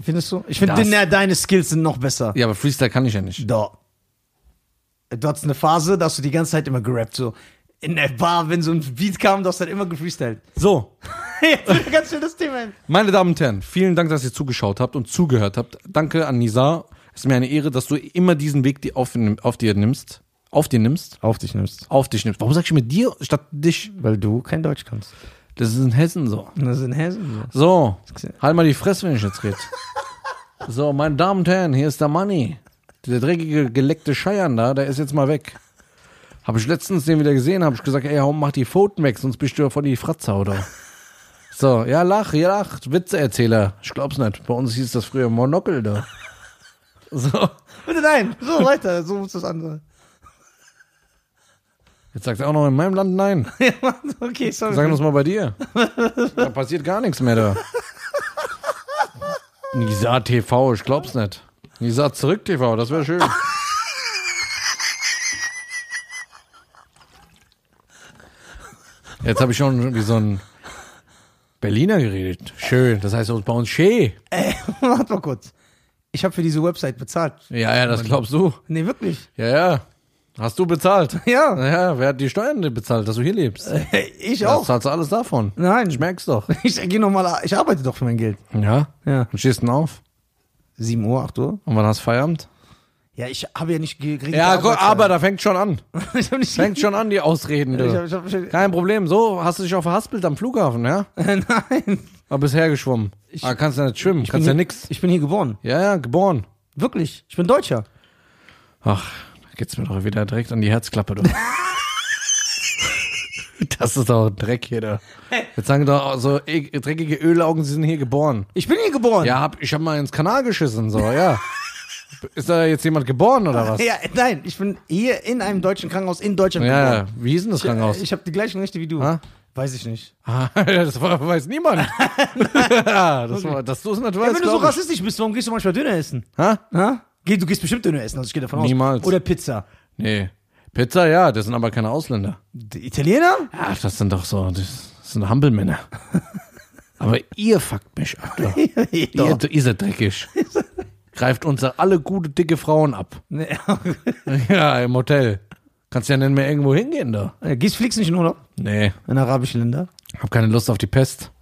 A: Findest du? Ich finde,
B: Das-
A: deine- deine Skills sind noch besser.
B: Ja, aber Freestyle kann ich ja nicht.
A: Da. Du hattest eine Phase, da hast du die ganze Zeit immer gerappt, so. In der Bar, wenn so ein Beat kam, du hast dann immer gefreestylt.
B: So,
A: [laughs] Jetzt wieder ganz schön das Thema. hin.
B: meine Damen und Herren, vielen Dank, dass ihr zugeschaut habt und zugehört habt. Danke an Nizar. Es ist mir eine Ehre, dass du immer diesen Weg die auf, auf dir nimmst. Auf dir nimmst.
A: Auf dich nimmst.
B: Auf dich nimmst. Warum sag ich mit dir statt dich?
A: Weil du kein Deutsch kannst.
B: Das ist in Hessen so.
A: Das ist in Hessen.
B: So, halt mal die Fresse, wenn ich jetzt rede. So, meine Damen und Herren, hier ist der Money. Der dreckige, geleckte Scheiern da, der ist jetzt mal weg. Habe ich letztens den wieder gesehen, habe ich gesagt, ey, hau, mach die Pfoten weg, sonst bist du ja von die Fratze, oder? So, ja, lach, ja, lach, Witzeerzähler. Ich glaub's nicht. Bei uns hieß das früher Monokel, da. So,
A: Bitte nein. So, weiter. So muss das andere. [laughs]
B: jetzt sagt er auch noch in meinem Land nein.
A: Ja, Mann, okay, sorry.
B: Sagen wir es mal bei dir. Da passiert gar nichts mehr da. Nisa TV, ich glaub's nicht. Nisa zurück TV, das wäre schön. Jetzt habe ich schon wie so ein Berliner geredet. Schön, das heißt bei uns schön.
A: Ey, [laughs] warte mal kurz. Ich habe für diese Website bezahlt.
B: Ja, ja, das glaubst du.
A: Nee, wirklich.
B: Ja, ja. Hast du bezahlt?
A: Ja.
B: Ja, wer hat die Steuern denn bezahlt, dass du hier lebst?
A: [laughs] Ich
B: Das
A: auch.
B: zahlst du alles davon.
A: Nein.
B: Ich merk's doch.
A: [laughs] Ich gehe nochmal, ich arbeite doch für mein Geld.
B: Ja.
A: Ja.
B: Und stehst denn auf?
A: 7 Uhr, 8 Uhr?
B: Und wann hast du Feierabend?
A: Ja, ich habe ja nicht gekriegt.
B: Ja, gut, aber da fängt schon an.
A: [laughs] ich habe nicht
B: Fängt schon an, die Ausreden.
A: Ich
B: Du.
A: hab, [laughs] ich hab, ich
B: Kein Problem. So hast du dich auch verhaspelt am Flughafen, ja?
A: hab, [laughs] nein.
B: Aber bist hergeschwommen. ah, kannst ja nicht schwimmen, kannst ja
A: hier,
B: nix.
A: Ich bin hier geboren.
B: Ja, ja, geboren.
A: Wirklich. Ich bin Deutscher.
B: Ach, da geht's mir doch wieder direkt an die Herzklappe, du. [laughs] das ist doch Dreck hier, da. Jetzt sagen doch so e dreckige Ölaugen, sie sind hier geboren.
A: Ich bin hier geboren. [laughs]
B: Ja, hab, ich hab mal ins Kanal geschissen, so, ja. Ist da jetzt jemand geboren oder was?
A: Ja, nein, ich bin hier in einem deutschen Krankenhaus in Deutschland
B: Ja, ja.
A: geboren.
B: wie hieß denn das Krankenhaus?
A: Ich habe die gleichen Rechte wie du.
B: Ah.
A: Weiß ich nicht.
B: Ah, [laughs] das war-
A: [laughs]
B: weiß niemand. ja, das war, dass du es nicht weißt.
A: wenn du so
B: glaub ich.
A: rassistisch bist, warum gehst du manchmal Döner essen?
B: Ha?
A: Ha? Geh- Du gehst bestimmt Döner essen, also ich gehe davon
B: Niemals.
A: aus. Oder Pizza.
B: Nee. Pizza, ja, das sind aber keine Ausländer.
A: Die [laughs] Italiener?
B: Ach, das sind doch so, das
A: [laughs]
B: sind Hampelmänner. aber ihr fuckt mich ab. Doch. ihr,
A: Doch.
B: ihr seid
A: [laughs]
B: dreckig. Greift uns alle gute, dicke Frauen ab. [laughs]
A: Nee.
B: Ja, im Hotel. Kannst ja nicht mehr irgendwo hingehen da.
A: Gehst fliegst nicht in Urlaub?
B: Nee,
A: In arabische [laughs] Länder?
B: hab keine Lust auf die Pest.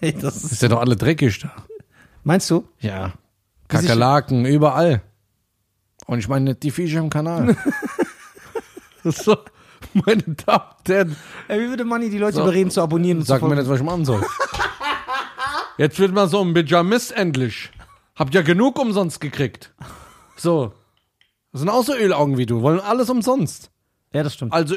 A: Hey, das ist
B: Ist ja doch alle dreckig da.
A: Meinst du?
B: Ja. Kakerlaken, überall. Und ich meine, die Viecher im [laughs] Kanal. so, meine Damen und Herren,
A: Ey, wie würde Manni die Leute überreden zu abonnieren und
B: sag
A: zu
B: mir
A: folgen?
B: jetzt, was ich machen [laughs] soll. Jetzt wird man so ein Pyjamist endlich. Habt ja genug umsonst gekriegt. So. Das sind auch so Ölaugen wie du, wollen alles umsonst.
A: Ja, das stimmt.
B: Also,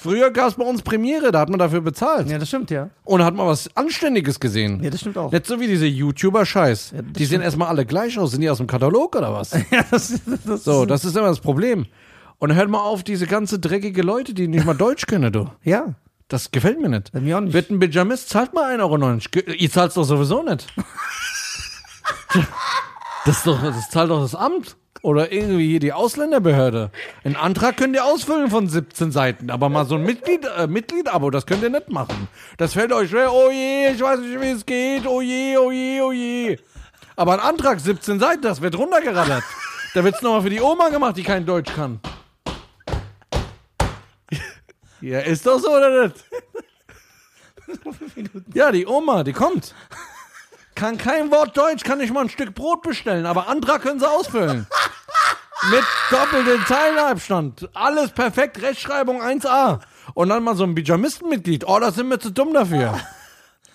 B: früher gab es bei uns Premiere, da hat man dafür bezahlt.
A: Ja, das stimmt, ja.
B: Und da hat man was Anständiges gesehen.
A: Ja, das stimmt auch.
B: Nicht so wie diese YouTuber-Scheiß.
A: Ja, das
B: die sehen
A: stimmt.
B: erstmal alle gleich aus. Sind die aus dem Katalog oder [laughs] was?
A: [laughs] Ja, das, das,
B: So, das ist immer das Problem. Und hört mal auf, diese ganze dreckige Leute, die nicht mal Deutsch können, du.
A: ja.
B: Das gefällt mir nicht.
A: Ja, mir auch nicht.
B: Wird ein Pyjamist, zahlt mal 1,90 Euro. Ihr zahlt doch sowieso nicht. Das, ist doch, das zahlt doch das Amt. Oder irgendwie hier die Ausländerbehörde. Einen Antrag könnt ihr ausfüllen von 17 Seiten, aber mal so ein Mitglied, äh, Mitglied-Abo, das könnt ihr nicht machen. Das fällt euch schwer. Oh je, ich weiß nicht, wie es geht. Oh je, oh je, oh je. Aber ein Antrag 17 Seiten, das wird runtergerallert. Da wird's nochmal für die Oma gemacht, die kein Deutsch kann. Ja, ist doch so oder nicht? Ja, die Oma, die kommt. Kann kein Wort Deutsch, kann nicht mal ein Stück Brot bestellen, aber Antrag können sie ausfüllen. Mit doppeltem Zeilenabstand. Alles perfekt, Rechtschreibung 1a. Und dann mal so ein Pyjamistenmitglied. Oh, da sind wir zu dumm dafür.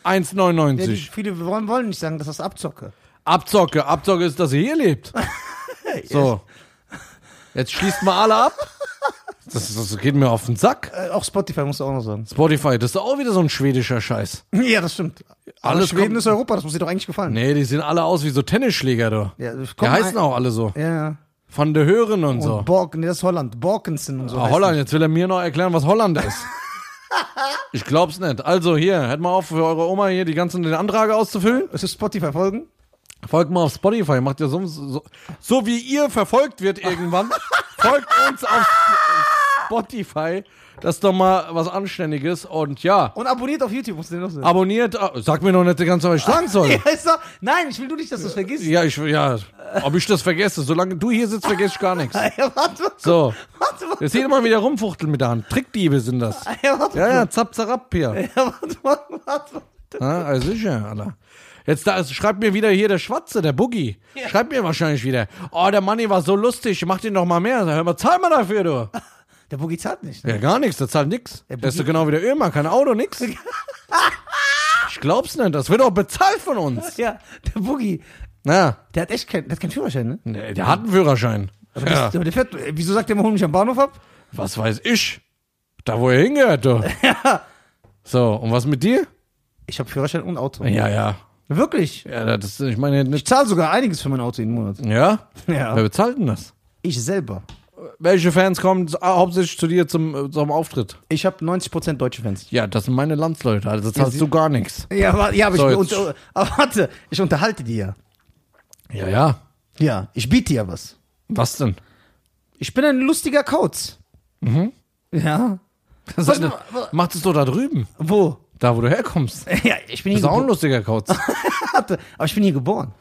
A: Ja, die,
B: 1,99.
A: viele wollen, wollen nicht sagen, dass das abzocke.
B: Abzocke. Abzocke ist, dass ihr
A: [laughs]
B: hier lebt. So. Jetzt schließt mal alle ab. Das, das geht mir auf den Sack.
A: Äh, auch Spotify muss auch noch sagen.
B: Spotify, das ist auch wieder so ein schwedischer Scheiß.
A: [laughs] Ja, das stimmt. Aber
B: Alles
A: Schweden
B: kommt-
A: ist Europa, das muss dir doch eigentlich gefallen.
B: Nee, die sehen alle aus wie so Tennisschläger, du.
A: Ja, es
B: die
A: kommen
B: heißen
A: ein-
B: auch alle so.
A: Ja, ja.
B: Von der Hören und, so.
A: Und Borg, nee, das ist Holland. Borkensen und so.
B: Ah,
A: heißt
B: Holland, jetzt will er mir noch erklären, was Holland ist.
A: [laughs]
B: ich glaub's nicht. Also hier, hört mal auf, für eure Oma hier die ganzen den Antrag auszufüllen.
A: das. Es ist Spotify folgen.
B: Folgt mal auf Spotify, macht ja so, so, so wie ihr verfolgt
A: [laughs]
B: wird irgendwann. folgt uns auf Spotify. Das ist doch mal was Anständiges. Und ja,
A: Und abonniert auf YouTube, musst du dir noch sagen.
B: abonniert. ah, Sag mir noch nicht die ganze Zeit, was ich sagen soll.
A: [laughs] Ja, ist doch, nein, ich will du nicht, dass du es vergisst.
B: Ja, ich, ja, ob ich das vergesse. Solange du hier sitzt, vergesse ich gar nichts.
A: Ja, warte,
B: So.
A: warte, warte.
B: Jetzt hier mal wieder rumfuchteln mit der Hand. Trickdiebe sind das.
A: Ja, warte,
B: Ja, ja, zapp, zarab hier.
A: ja, warte, warte, warte.
B: Ja, also sicher, Alter. Jetzt da, ist- schreibt mir wieder hier der Schwarze, der Boogie. Schreibt mir wahrscheinlich wieder. Oh, der Manni war so lustig, mach den noch mal mehr. Sag, hör mal, zahl mal dafür, du.
A: Der Boogie zahlt nicht. Ne?
B: Ja, gar nichts, der zahlt nix.
A: Der
B: Der ist doch genau wie der Ömer, kein Auto, nix. Ich glaub's nicht, das wird auch bezahlt von uns.
A: Ja, der Boogie,
B: Na,
A: der hat echt keinen, der hat keinen Führerschein, ne?
B: nee, der hat einen Führerschein.
A: Aber,
B: Ja,
A: das, aber der fährt, wieso sagt der immer, hol mich am Bahnhof ab?
B: was weiß ich? Da, wo er hingehört, du. So, und was mit dir?
A: Ich habe Führerschein und Auto.
B: Ja, ja.
A: Wirklich?
B: Ja, das, ich meine,
A: Ich
B: nicht.
A: zahle sogar einiges für mein Auto jeden Monat.
B: Ja?
A: Ja.
B: Wer bezahlt denn das?
A: Ich selber.
B: Welche Fans kommen zu- ah, hauptsächlich zu dir zum, äh, zum Auftritt?
A: Ich habe 90% deutsche Fans.
B: Ja, das sind meine Landsleute, also das hast du gar nichts.
A: Ja, wa- ja aber,
B: So,
A: ich,
B: jetzt-
A: unter, aber warte, ich unterhalte die ja.
B: Ja, ja.
A: Ja, ich biete ja was.
B: Was denn?
A: Ich bin ein lustiger Kauz. Mhm. Ja.
B: Sag,
A: wa- wa-
B: mach das doch da drüben,
A: Wo? [laughs]
B: da wo du herkommst.
A: Ja, ich bin hier
B: Ist auch ein
A: geboren.
B: lustiger [laughs] Kauz.
A: Warte, aber ich bin hier geboren.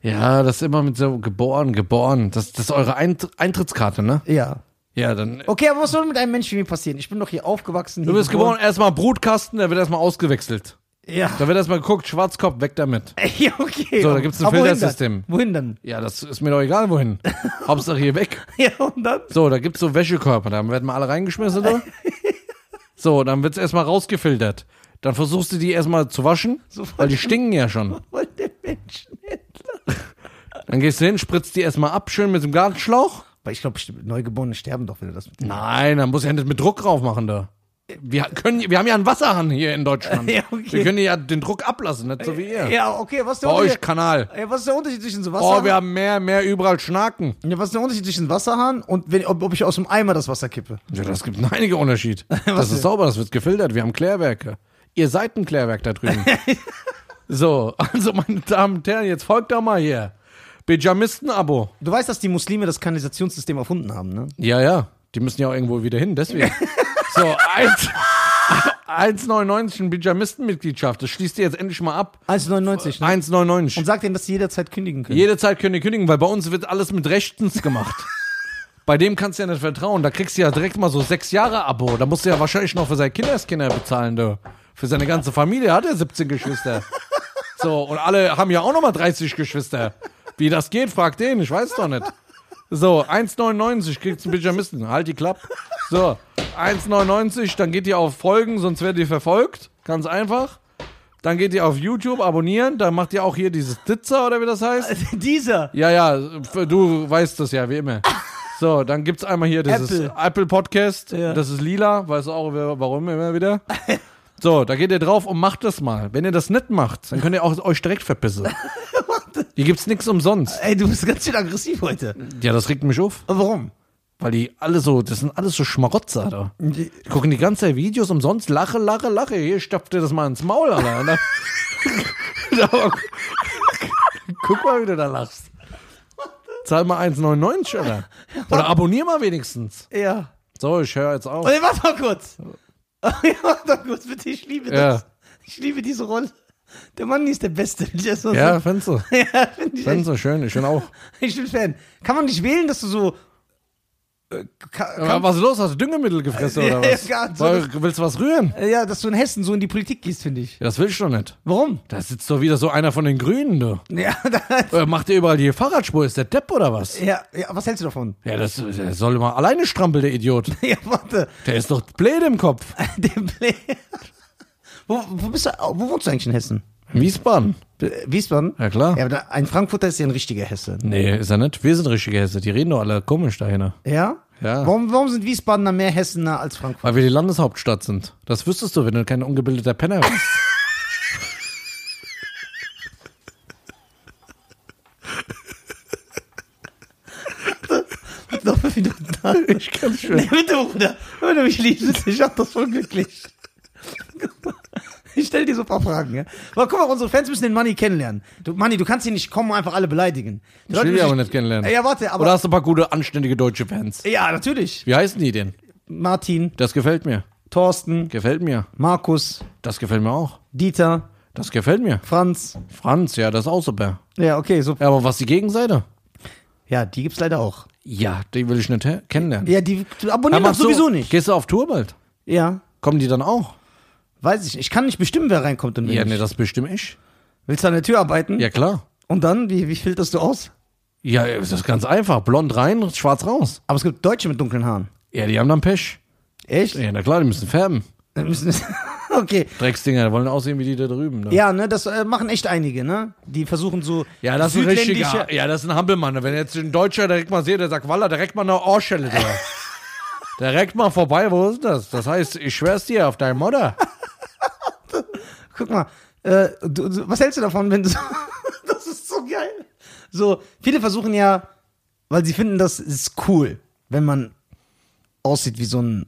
B: ja, das ist immer mit so geboren, geboren. Das, das ist eure Eint Eintrittskarte, ne?
A: Ja.
B: Ja, dann. äh,
A: Okay, aber was soll mit einem Menschen wie mir passieren? Ich bin doch hier aufgewachsen.
B: Du bist geboren, erstmal Brutkasten, der wird erstmal ausgewechselt.
A: Ja. [laughs]
B: Da wird erstmal geguckt, Schwarzkopf, weg damit.
A: ja, okay.
B: So, da gibt's ein
A: Aber wohin dann?
B: Filtersystem.
A: Wohin dann? [laughs]
B: Ja, das ist mir doch egal, [laughs] wohin. Hauptsache hier weg.
A: Ja, und dann?
B: So, da gibt's so Wäschekörper, da werden mal alle
A: [laughs]
B: reingeschmissen. Da. So, dann wird's erstmal rausgefiltert. Dann versuchst du die erstmal zu waschen,
A: Sofort.
B: weil die stinken ja schon.
A: Voll der Menschenhändler.
B: Dann gehst du hin, spritzt die erstmal ab, schön mit dem Gartenschlauch.
A: Aber ich glaube, Neugeborene sterben doch, wenn du das mit
B: Nein, dann musst du ja nicht mit Druck drauf machen da. Wir, können, wir haben ja einen Wasserhahn hier in
A: [laughs]
B: Deutschland.
A: Ja, okay.
B: Wir können ja den Druck ablassen, nicht so wie ihr.
A: Ja, okay, was ist
B: Bei
A: der
B: euch
A: Unterschied?
B: Kanal.
A: Ja, was ist der Unterschied zwischen so Wasserhahn?
B: Oh, wir haben mehr, mehr überall Schnaken.
A: ja, was ist der Unterschied zwischen Wasserhahn und wenn, ob, ob ich aus dem Eimer das Wasser kippe?
B: Ja, das gibt einen einigen Unterschied. Das ist sauber, das wird gefiltert. Wir haben Klärwerke. Ihr seid ein Klärwerk da drüben. so, also meine Damen und Herren, jetzt folgt doch mal hier. Pyjamisten-Abo.
A: Du weißt, dass die Muslime das Kanalisationssystem erfunden haben, ne?
B: Ja, ja. Die müssen ja auch irgendwo wieder hin, deswegen. so, eins- 1,99 ein Pyjamisten-Mitgliedschaft. Das schließt ihr jetzt endlich mal ab.
A: 1,99, ne?
B: 1,99.
A: Und sag denen, dass sie jederzeit kündigen können.
B: Jede Zeit können die kündigen, weil bei uns wird alles mit rechtens gemacht. bei dem kannst du ja nicht vertrauen. Da kriegst du ja direkt mal so sechs Jahre Abo. Da musst du ja wahrscheinlich noch für seine Kindeskinder bezahlen, du. Für seine ganze Familie hat er 17 Geschwister. So, und alle haben ja auch nochmal 30 Geschwister. Wie das geht, frag den, ich weiß doch nicht. So, 1,99 kriegst du einen Pyjamisten. Halt die Klappe. So, 1,99, dann geht ihr auf Folgen, sonst werdet ihr verfolgt. Ganz einfach. Dann geht ihr auf YouTube abonnieren, dann macht ihr auch hier dieses Ditzer oder wie das heißt.
A: [laughs] Dieser.
B: Ja, ja, f- du weißt das ja, wie
A: [laughs]
B: immer. So, dann gibt's einmal hier dieses
A: Apple.
B: Apple, Podcast,
A: Ja.
B: das ist lila, weiß auch wer- warum
A: [laughs]
B: immer wieder. So, da geht ihr drauf und macht das mal. Wenn ihr das nicht macht, dann könnt ihr auch euch
A: [laughs]
B: direkt verpissen. Hier gibt's nichts umsonst.
A: Ey, du bist ganz schön aggressiv heute.
B: Ja, das regt mich auf,
A: Aber warum?
B: weil die alle so, das sind alles so Schmarotzer da. Die gucken die ganze Zeit Videos umsonst, lache, lache, lache. Hier stopft dir das mal ins Maul, Alter. [laughs] Und dann- Da- Guck mal, wie du da lachst. Zahl mal 1,99, Alter. Oder abonnier mal wenigstens.
A: Ja.
B: So, ich höre jetzt auf.
A: Und warte mal
B: [laughs]
A: kurz. [laughs] Warte mal kurz, bitte, ich liebe
B: Ja.
A: das. Ich liebe diese Rolle. Der Mann ist der Beste. [laughs] will ich erst mal
B: Ja,
A: sagen.
B: findest du.
A: ja finde ich
B: Findest du schön, ich bin auch.
A: echt- Ich bin Fan. Kann man nicht wählen, dass du so. Äh, ka-
B: Aber
A: kann,
B: was ist los? Hast du Düngemittel gefressen
A: Ja,
B: oder was?
A: ja, ganz
B: Weil- Willst du was rühren?
A: ja, dass du in Hessen so in die Politik gehst, finde ich.
B: Ja, Das will ich doch nicht.
A: Warum?
B: Da sitzt doch wieder so einer von den Grünen, du.
A: Ja, da,
B: Äh, Macht ihr überall die Fahrradspur? Ist der Depp oder was?
A: [laughs] ja, ja, was hältst du davon? [laughs]
B: Ja, das der soll mal alleine strampeln, der Idiot.
A: Ja, warte.
B: Der ist doch blöd im Kopf.
A: [laughs] Der Play- wo, wo, bist du, wo wohnst du eigentlich in Hessen?
B: Wiesbaden.
A: Äh, Wiesbaden?
B: Ja, klar.
A: Ja, aber da, ein Frankfurter ist ja ein richtiger Hesse.
B: Nee, ist er nicht. Wir sind richtige Hesse. Die reden doch alle komisch dahinter.
A: Ja?
B: Ja.
A: Warum, warum sind Wiesbadener mehr Hessener als
B: [laughs]
A: Frankfurt?
B: Weil wir die Landeshauptstadt sind. Das wüsstest du, wenn du kein ungebildeter Penner bist.
A: Noch fünf Minuten da. [laughs] Ich kann's schon. [laughs] Nee, bitte, Bruder. Wenn du mich liebst, ich mach das voll glücklich. Ich stell dir so ein paar Fragen, ja. Aber guck mal, unsere Fans müssen den Manni kennenlernen. Du, Manni, du kannst hier nicht kommen und einfach alle beleidigen. Die
B: Ich
A: Leute
B: will die
A: müssen-
B: aber nicht kennenlernen.
A: Ja, warte, aber.
B: Oder hast du ein paar gute, anständige deutsche Fans?
A: ja, natürlich.
B: Wie heißen die denn?
A: Martin,
B: Das gefällt mir.
A: Thorsten,
B: Gefällt mir.
A: Markus,
B: Das gefällt mir auch.
A: Dieter,
B: Das gefällt mir.
A: Franz.
B: Franz, ja, das ist auch super.
A: Ja, okay, so.
B: Ja, aber was die Gegenseite?
A: Ja, die gibt's leider auch.
B: Ja, die will ich nicht he- kennenlernen.
A: Ja, die
B: Ja,
A: abonnieren doch
B: machst du-
A: sowieso nicht.
B: Gehst du auf Tour bald?
A: Ja,
B: Kommen die dann auch?
A: weiß ich nicht. Ich kann nicht bestimmen, wer reinkommt und wer
B: Ja,
A: nicht.
B: nee, das bestimme ich.
A: Willst du an der Tür arbeiten?
B: Ja, klar.
A: Und dann, wie, wie filterst du aus?
B: Ja, das ist ganz einfach. Blond rein, schwarz raus.
A: Aber es gibt Deutsche mit dunklen Haaren.
B: Ja, die haben dann Pech.
A: Echt?
B: Ja, na klar, die müssen färben.
A: Dann müssen- [laughs] okay.
B: Drecksdinger, die wollen aussehen wie die da drüben. Ne?
A: Ja, ne, das äh, machen echt einige, ne? Die versuchen so
B: Ja, das ist ein richtiger.
A: südländische-
B: Ja, das ist ein Hampelmann. Wenn jetzt ein Deutscher direkt mal seht, der sagt, Walla, direkt mal eine Ohrschelle [laughs] da. direkt mal vorbei, wo ist das? Das heißt, ich schwör's dir auf deine [laughs] Mutter.
A: Guck mal, äh, du, du, was hältst du davon, wenn du so, [laughs] Das ist so geil. So, viele versuchen ja, weil sie finden, das ist cool, wenn man aussieht wie so ein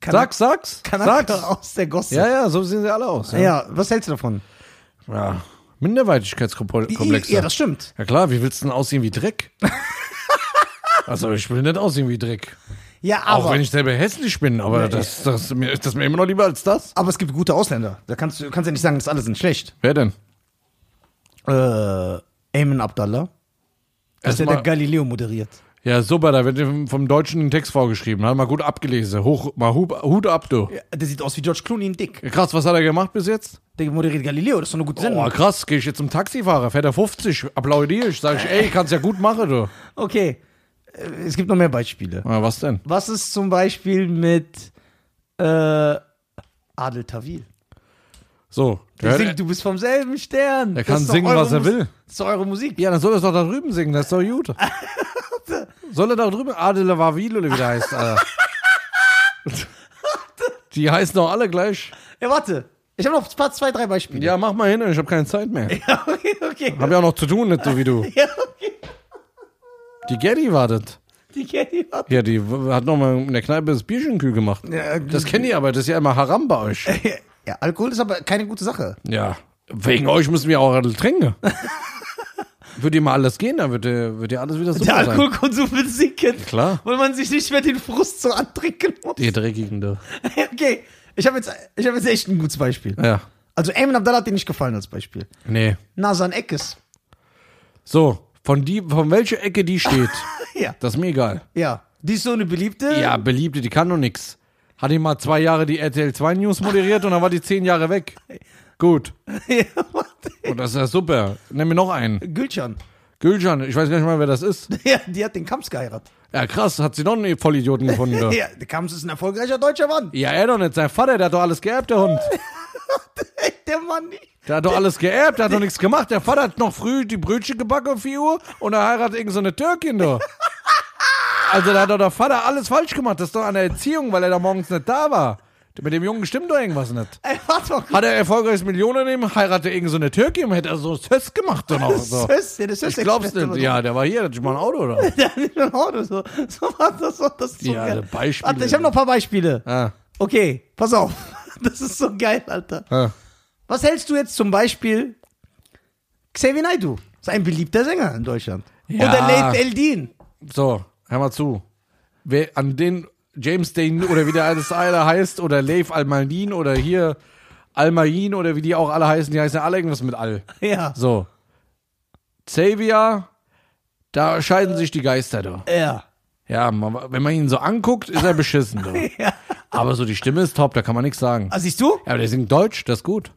A: Kana-
B: Sag's, sag's,
A: Kanake
B: sag's.
A: aus der Gosse.
B: Ja, ja, so sehen sie alle aus. Ja,
A: Ja, was hältst du davon?
B: ja. Minderwertigkeitskomplex.
A: Ja, das stimmt.
B: Ja klar, wie willst du denn aussehen wie [laughs] Dreck? also ich will nicht aussehen wie Dreck.
A: Ja,
B: Auch
A: aber,
B: wenn ich selber hässlich bin, aber das, das, ist mir, das ist mir immer noch lieber als das.
A: aber es gibt gute Ausländer. Da kannst du kannst ja nicht sagen, dass alle sind schlecht.
B: Wer denn?
A: Äh, Eamon Abdallah. Das ist ja der
B: Erstmal-
A: Galileo moderiert.
B: Ja, super, da wird dir vom Deutschen ein Text vorgeschrieben. Hat mal gut abgelesen. Hoch, mal Hub, Hut ab, du.
A: Ja, der sieht aus wie George Clooney in Dick.
B: Ja, krass, was hat er gemacht bis jetzt?
A: Der moderiert Galileo, das ist doch eine gute
B: Oh,
A: Sendung.
B: krass, gehe ich jetzt zum Taxifahrer, fährt er 50, applaudiere ich, sage ich, ey, kannst ja gut machen, du.
A: Okay, äh, es gibt noch mehr Beispiele.
B: Na, was denn?
A: Was ist zum Beispiel mit äh, Adel Tawil?
B: So,
A: Der
B: der,
A: singt, du bist vom selben Stern.
B: der
A: Das
B: kann
A: ist doch
B: singen,
A: eure
B: was er
A: Mus-
B: will.
A: Das ist doch eure Musik.
B: Ja, dann soll er es doch da drüben singen, das ist
A: [laughs]
B: doch gut. soll er da drüben? Ah, Adele Wavil oder wie der
A: [laughs]
B: heißt, Alter. Die heißen doch alle gleich.
A: Ja, warte. Ich habe noch zwei, zwei, drei Beispiele.
B: Ja, mach mal hin, ich habe keine Zeit mehr.
A: Ja, okay, [laughs] okay.
B: Hab ja auch noch zu tun, nicht so wie du.
A: Ja, okay.
B: Die Getty wartet.
A: Die kenn ich. warte.
B: Ja, die w- hat nochmal in der Kneipe das Bierchen kühl gemacht.
A: Ja,
B: Das kennt ihr aber, das ist ja immer Haram bei euch.
A: Äh, Ja, Alkohol ist aber keine gute Sache.
B: Ja, wegen euch müssen wir auch alle trinken. [laughs] Würde ihr mal alles gehen, dann würde wird ihr alles
A: Der
B: wieder super sein.
A: Alkoholkonsum wird sinken.
B: Klar.
A: Weil man sich nicht mehr den Frust so antrinken muss.
B: Die dreckigen da.
A: [laughs] Okay, ich habe jetzt, ich hab jetzt echt ein gutes Beispiel.
B: Ja,
A: Also Eamon Abdallah hat dir nicht gefallen als Beispiel.
B: nee.
A: Nasan Eckes.
B: So, von, die, von welcher Ecke die steht,
A: [laughs] Ja.
B: das ist mir egal.
A: Ja. Die ist so eine beliebte. [laughs]
B: Ja, Beliebte, die kann doch nix. Hat die mal zwei Jahre die RTL 2 News moderiert und dann war die zehn Jahre weg. Gut.
A: warte.
B: Und das ist ja super. Nimm mir noch einen.
A: Gülcan.
B: Gülcan, ich weiß gar nicht mal, wer das ist.
A: [laughs] Ja, die hat den Kams geheiratet.
B: Ja, krass, hat sie noch einen
A: [laughs]
B: Vollidioten gefunden. Da.
A: Ja, der Kams ist ein erfolgreicher deutscher Mann.
B: Ja, er doch nicht. Sein Vater, der hat doch alles geerbt, der Hund.
A: Geld, der Mann nicht.
B: Der hat doch alles geerbt, der hat doch nichts gemacht. Der Vater hat noch früh die Brötchen gebacken um 4 Uhr und er heiratet irgend so eine Türkin da. Also da hat doch der Vater alles falsch gemacht. Das ist doch an der Erziehung, weil er da morgens nicht da war. Mit dem Jungen stimmt doch irgendwas nicht.
A: Ey, warte mal.
B: Hat er erfolgreiches Millionenunternehmen, heiratet irgend so eine Türkin, hätte er so Söss gemacht dann auch.
A: [laughs]
B: Oh, So.
A: Söss, der Söss
B: Ich glaub's nicht. Ja, der war hier, der hat schon mal ein Auto oder? was?
A: [laughs] Der hat nicht nur ein Auto. So, so war das. So, das ist so
B: Ja,
A: geil.
B: der Beispiele.
A: Warte, ich habe noch ein paar Beispiele.
B: Ah,
A: Okay, pass auf. [laughs] Das ist so geil, Alter.
B: ah.
A: Was hältst du jetzt zum Beispiel Xavier Naidoo? Ist ein beliebter Sänger in Deutschland.
B: Ja.
A: Oder Late Eldin.
B: So, hör mal zu. Wer an den James Dane oder wie der alles alle heißt oder Leif Almalin oder hier Almain oder wie die auch alle heißen, die heißen ja alle irgendwas mit Al.
A: Ja.
B: So. Xavier, da scheiden sich die Geister da.
A: Ja.
B: Ja, man, wenn man ihn so anguckt, ist er beschissen. Da.
A: ja.
B: Aber so die Stimme ist top, da kann man nichts sagen.
A: Ah, siehst du? [laughs]
B: Ja, aber der singt Deutsch, das ist gut.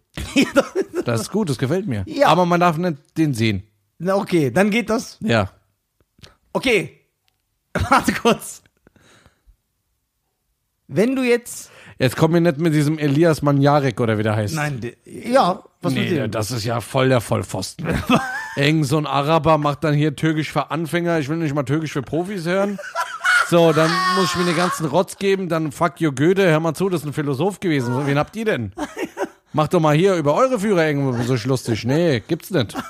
B: Das ist gut, das gefällt mir.
A: Ja.
B: Aber man darf nicht den sehen.
A: Na, okay, dann geht das.
B: Ja.
A: Okay. [laughs] Warte kurz. Wenn du jetzt.
B: Jetzt kommen wir nicht mit diesem Elias Manjarek oder wie der heißt.
A: Nein, de- ja, was mit
B: Nee,
A: dem?
B: das ist ja voll
A: [laughs]
B: der Vollpfosten. Irgend so ein Araber macht dann hier Türkisch für Anfänger. Ich will nicht mal Türkisch für Profis hören. So, dann muss ich mir den ganzen Rotz geben. Dann fuck your Goethe. Hör mal zu, das ist ein Philosoph gewesen. So, Wen habt
A: [laughs]
B: ihr denn? Macht doch mal hier über eure Führer irgendwo so lustig. Nee, gibt's nicht.
A: [laughs]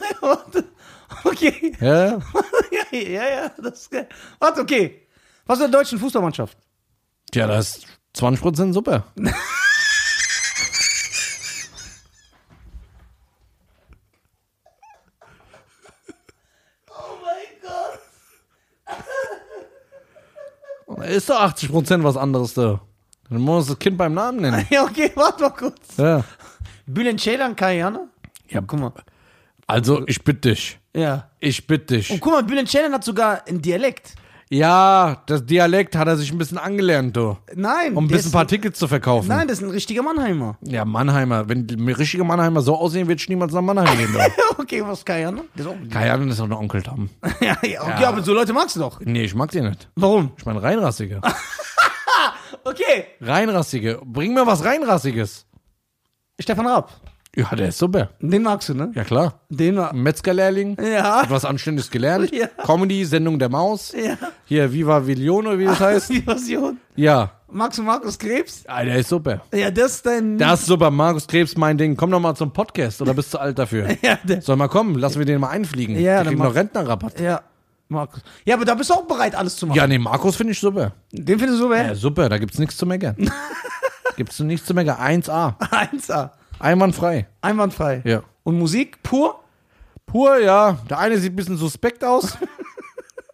A: Okay.
B: Ja?
A: ja, ja, ja, das ist geil. Warte, okay. Was ist mit der deutschen Fußballmannschaft? [laughs]
B: Tja, das ist 20% super.
A: Oh Oh mein Gott.
B: Ist doch 80% was anderes da. Dann muss das Kind beim Namen nennen.
A: Ja, okay, warte mal kurz.
B: Ja.
A: Bülent Ceylan, Kajana?
B: ja
A: ne? Guck mal.
B: also, ich bitte dich.
A: Ja.
B: Ich bitte dich.
A: Und guck mal, Bülent Ceylan hat sogar einen Dialekt.
B: Ja, das Dialekt hat er sich ein bisschen angelernt, du.
A: Nein.
B: Um ein
A: der
B: bisschen
A: ist-
B: paar Tickets zu verkaufen.
A: Nein, das ist ein richtiger Mannheimer. [laughs]
B: Ja, Mannheimer. Wenn die richtige Mannheimer so aussehen, wird ich niemals nach Mannheim gehen, du.
A: okay, was Kajana? Der ist auch [laughs]
B: Keine Ahnung, das ist doch ein Onkel Tom.
A: ja, ja, okay, aber so Leute magst du doch.
B: Nee, ich mag den nicht.
A: Warum?
B: Ich mein Reinrassige.
A: Okay.
B: Reinrassige. Bring mir was Reinrassiges.
A: Stefan Raab.
B: Ja, der ist super.
A: Den magst du, ne?
B: Ja, klar.
A: Den
B: Ein
A: mag.
B: Metzgerlehrling. Hat
A: Ja.
B: was Anständiges gelernt.
A: Ja.
B: Comedy, Sendung der Maus.
A: Ja.
B: Hier, Viva Villone, wie
A: [laughs]
B: das heißt.
A: Die Version.
B: Ja.
A: Magst du Markus Krebs?
B: Ah, der ist super.
A: Ja, das ist dein.
B: Das ist super. Markus Krebs, mein Ding. Komm doch mal zum Podcast oder bist du alt dafür?
A: [laughs] Ja, der.
B: Soll mal kommen, lassen wir den mal einfliegen.
A: Ja,
B: Ja,
A: dann
B: der kriegt
A: mach-
B: noch Rentnerrabatt.
A: Ja. Markus. Ja, aber da bist du auch bereit, alles zu machen.
B: Ja, nee, Markus finde ich super.
A: Den findest du so
B: Ja,
A: wer?
B: super, da gibt's nichts zu meckern.
A: [laughs]
B: gibt's nichts zu meckern. 1A.
A: 1A.
B: Einwandfrei.
A: Einwandfrei.
B: Ja.
A: Und Musik pur?
B: Pur, ja. Der eine sieht ein bisschen suspekt [laughs] aus.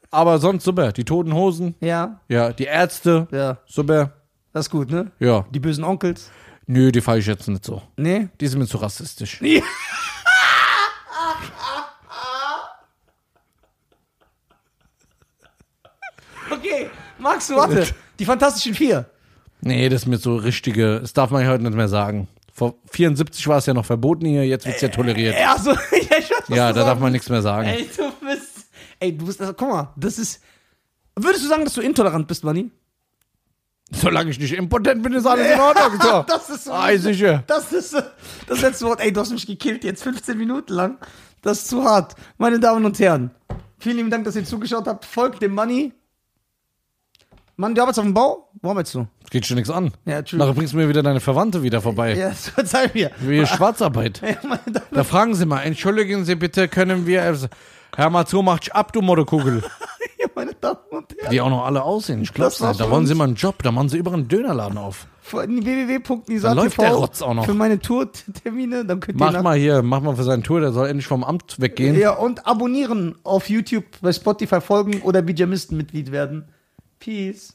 B: aber sonst super. Die toten Hosen.
A: Ja.
B: Ja, die Ärzte.
A: Ja.
B: Super.
A: Das ist gut, ne?
B: Ja.
A: Die bösen Onkels?
B: Nö, die feiere ich jetzt nicht so.
A: Nee.
B: Die sind mir zu rassistisch.
A: [laughs] Okay, Max, warte. [laughs] Die Fantastischen Vier.
B: Nee, das ist mir so richtige. Das darf man ja heute nicht mehr sagen. Vor 74 war es ja noch verboten hier, jetzt wird's ja toleriert.
A: Ja, so, [laughs] ja, ich weiß, was
B: Ja,
A: du
B: da darf
A: sagen
B: man nichts mehr sagen.
A: Ey, du bist. Ey, du bist. Also, guck mal, das ist. Würdest du sagen, dass du intolerant bist, Manni?
B: Solange ich nicht impotent bin, ist alles in Ordnung. [laughs]
A: [laughs]
B: So. Ah,
A: Das ist so-
B: Ei, sicher.
A: Das ist. äh, Das letzte Wort. Ey, du hast mich gekillt jetzt 15 Minuten lang. Das ist zu hart. Meine Damen und Herren, vielen lieben Dank, dass ihr zugeschaut habt. Folgt dem Manni. Mann, du arbeitest auf dem Bau? Wo arbeitest du?
B: Das geht schon nichts an.
A: Ja, tschüss.
B: Nachher bringst du mir wieder deine Verwandte wieder vorbei.
A: Ja, das [laughs] verzeih mir.
B: Wie Schwarzarbeit.
A: Ey, meine Damen-
B: Da fragen sie mal, entschuldigen Sie bitte, können wir... also, es- Hör mal zu, mach dich ab, du Moddekugel.
A: Ja, meine Damen und Herren.
B: Die auch noch alle aussehen, ich glaub's
A: Das war's
B: nicht. Da
A: von
B: wollen
A: uns.
B: sie mal einen Job, da machen sie überall einen Dönerladen auf.
A: Von
B: Dann läuft der Rotz auch
A: www.nisa.tv
B: noch.
A: für meine Tourtermine. Dann könnt ihr
B: Mach
A: nach-
B: mal hier, mach mal für seinen Tour, der soll endlich vom Amt weggehen.
A: Ja, und abonnieren auf YouTube, bei Spotify folgen oder Bijamisten-Mitglied werden. Peace.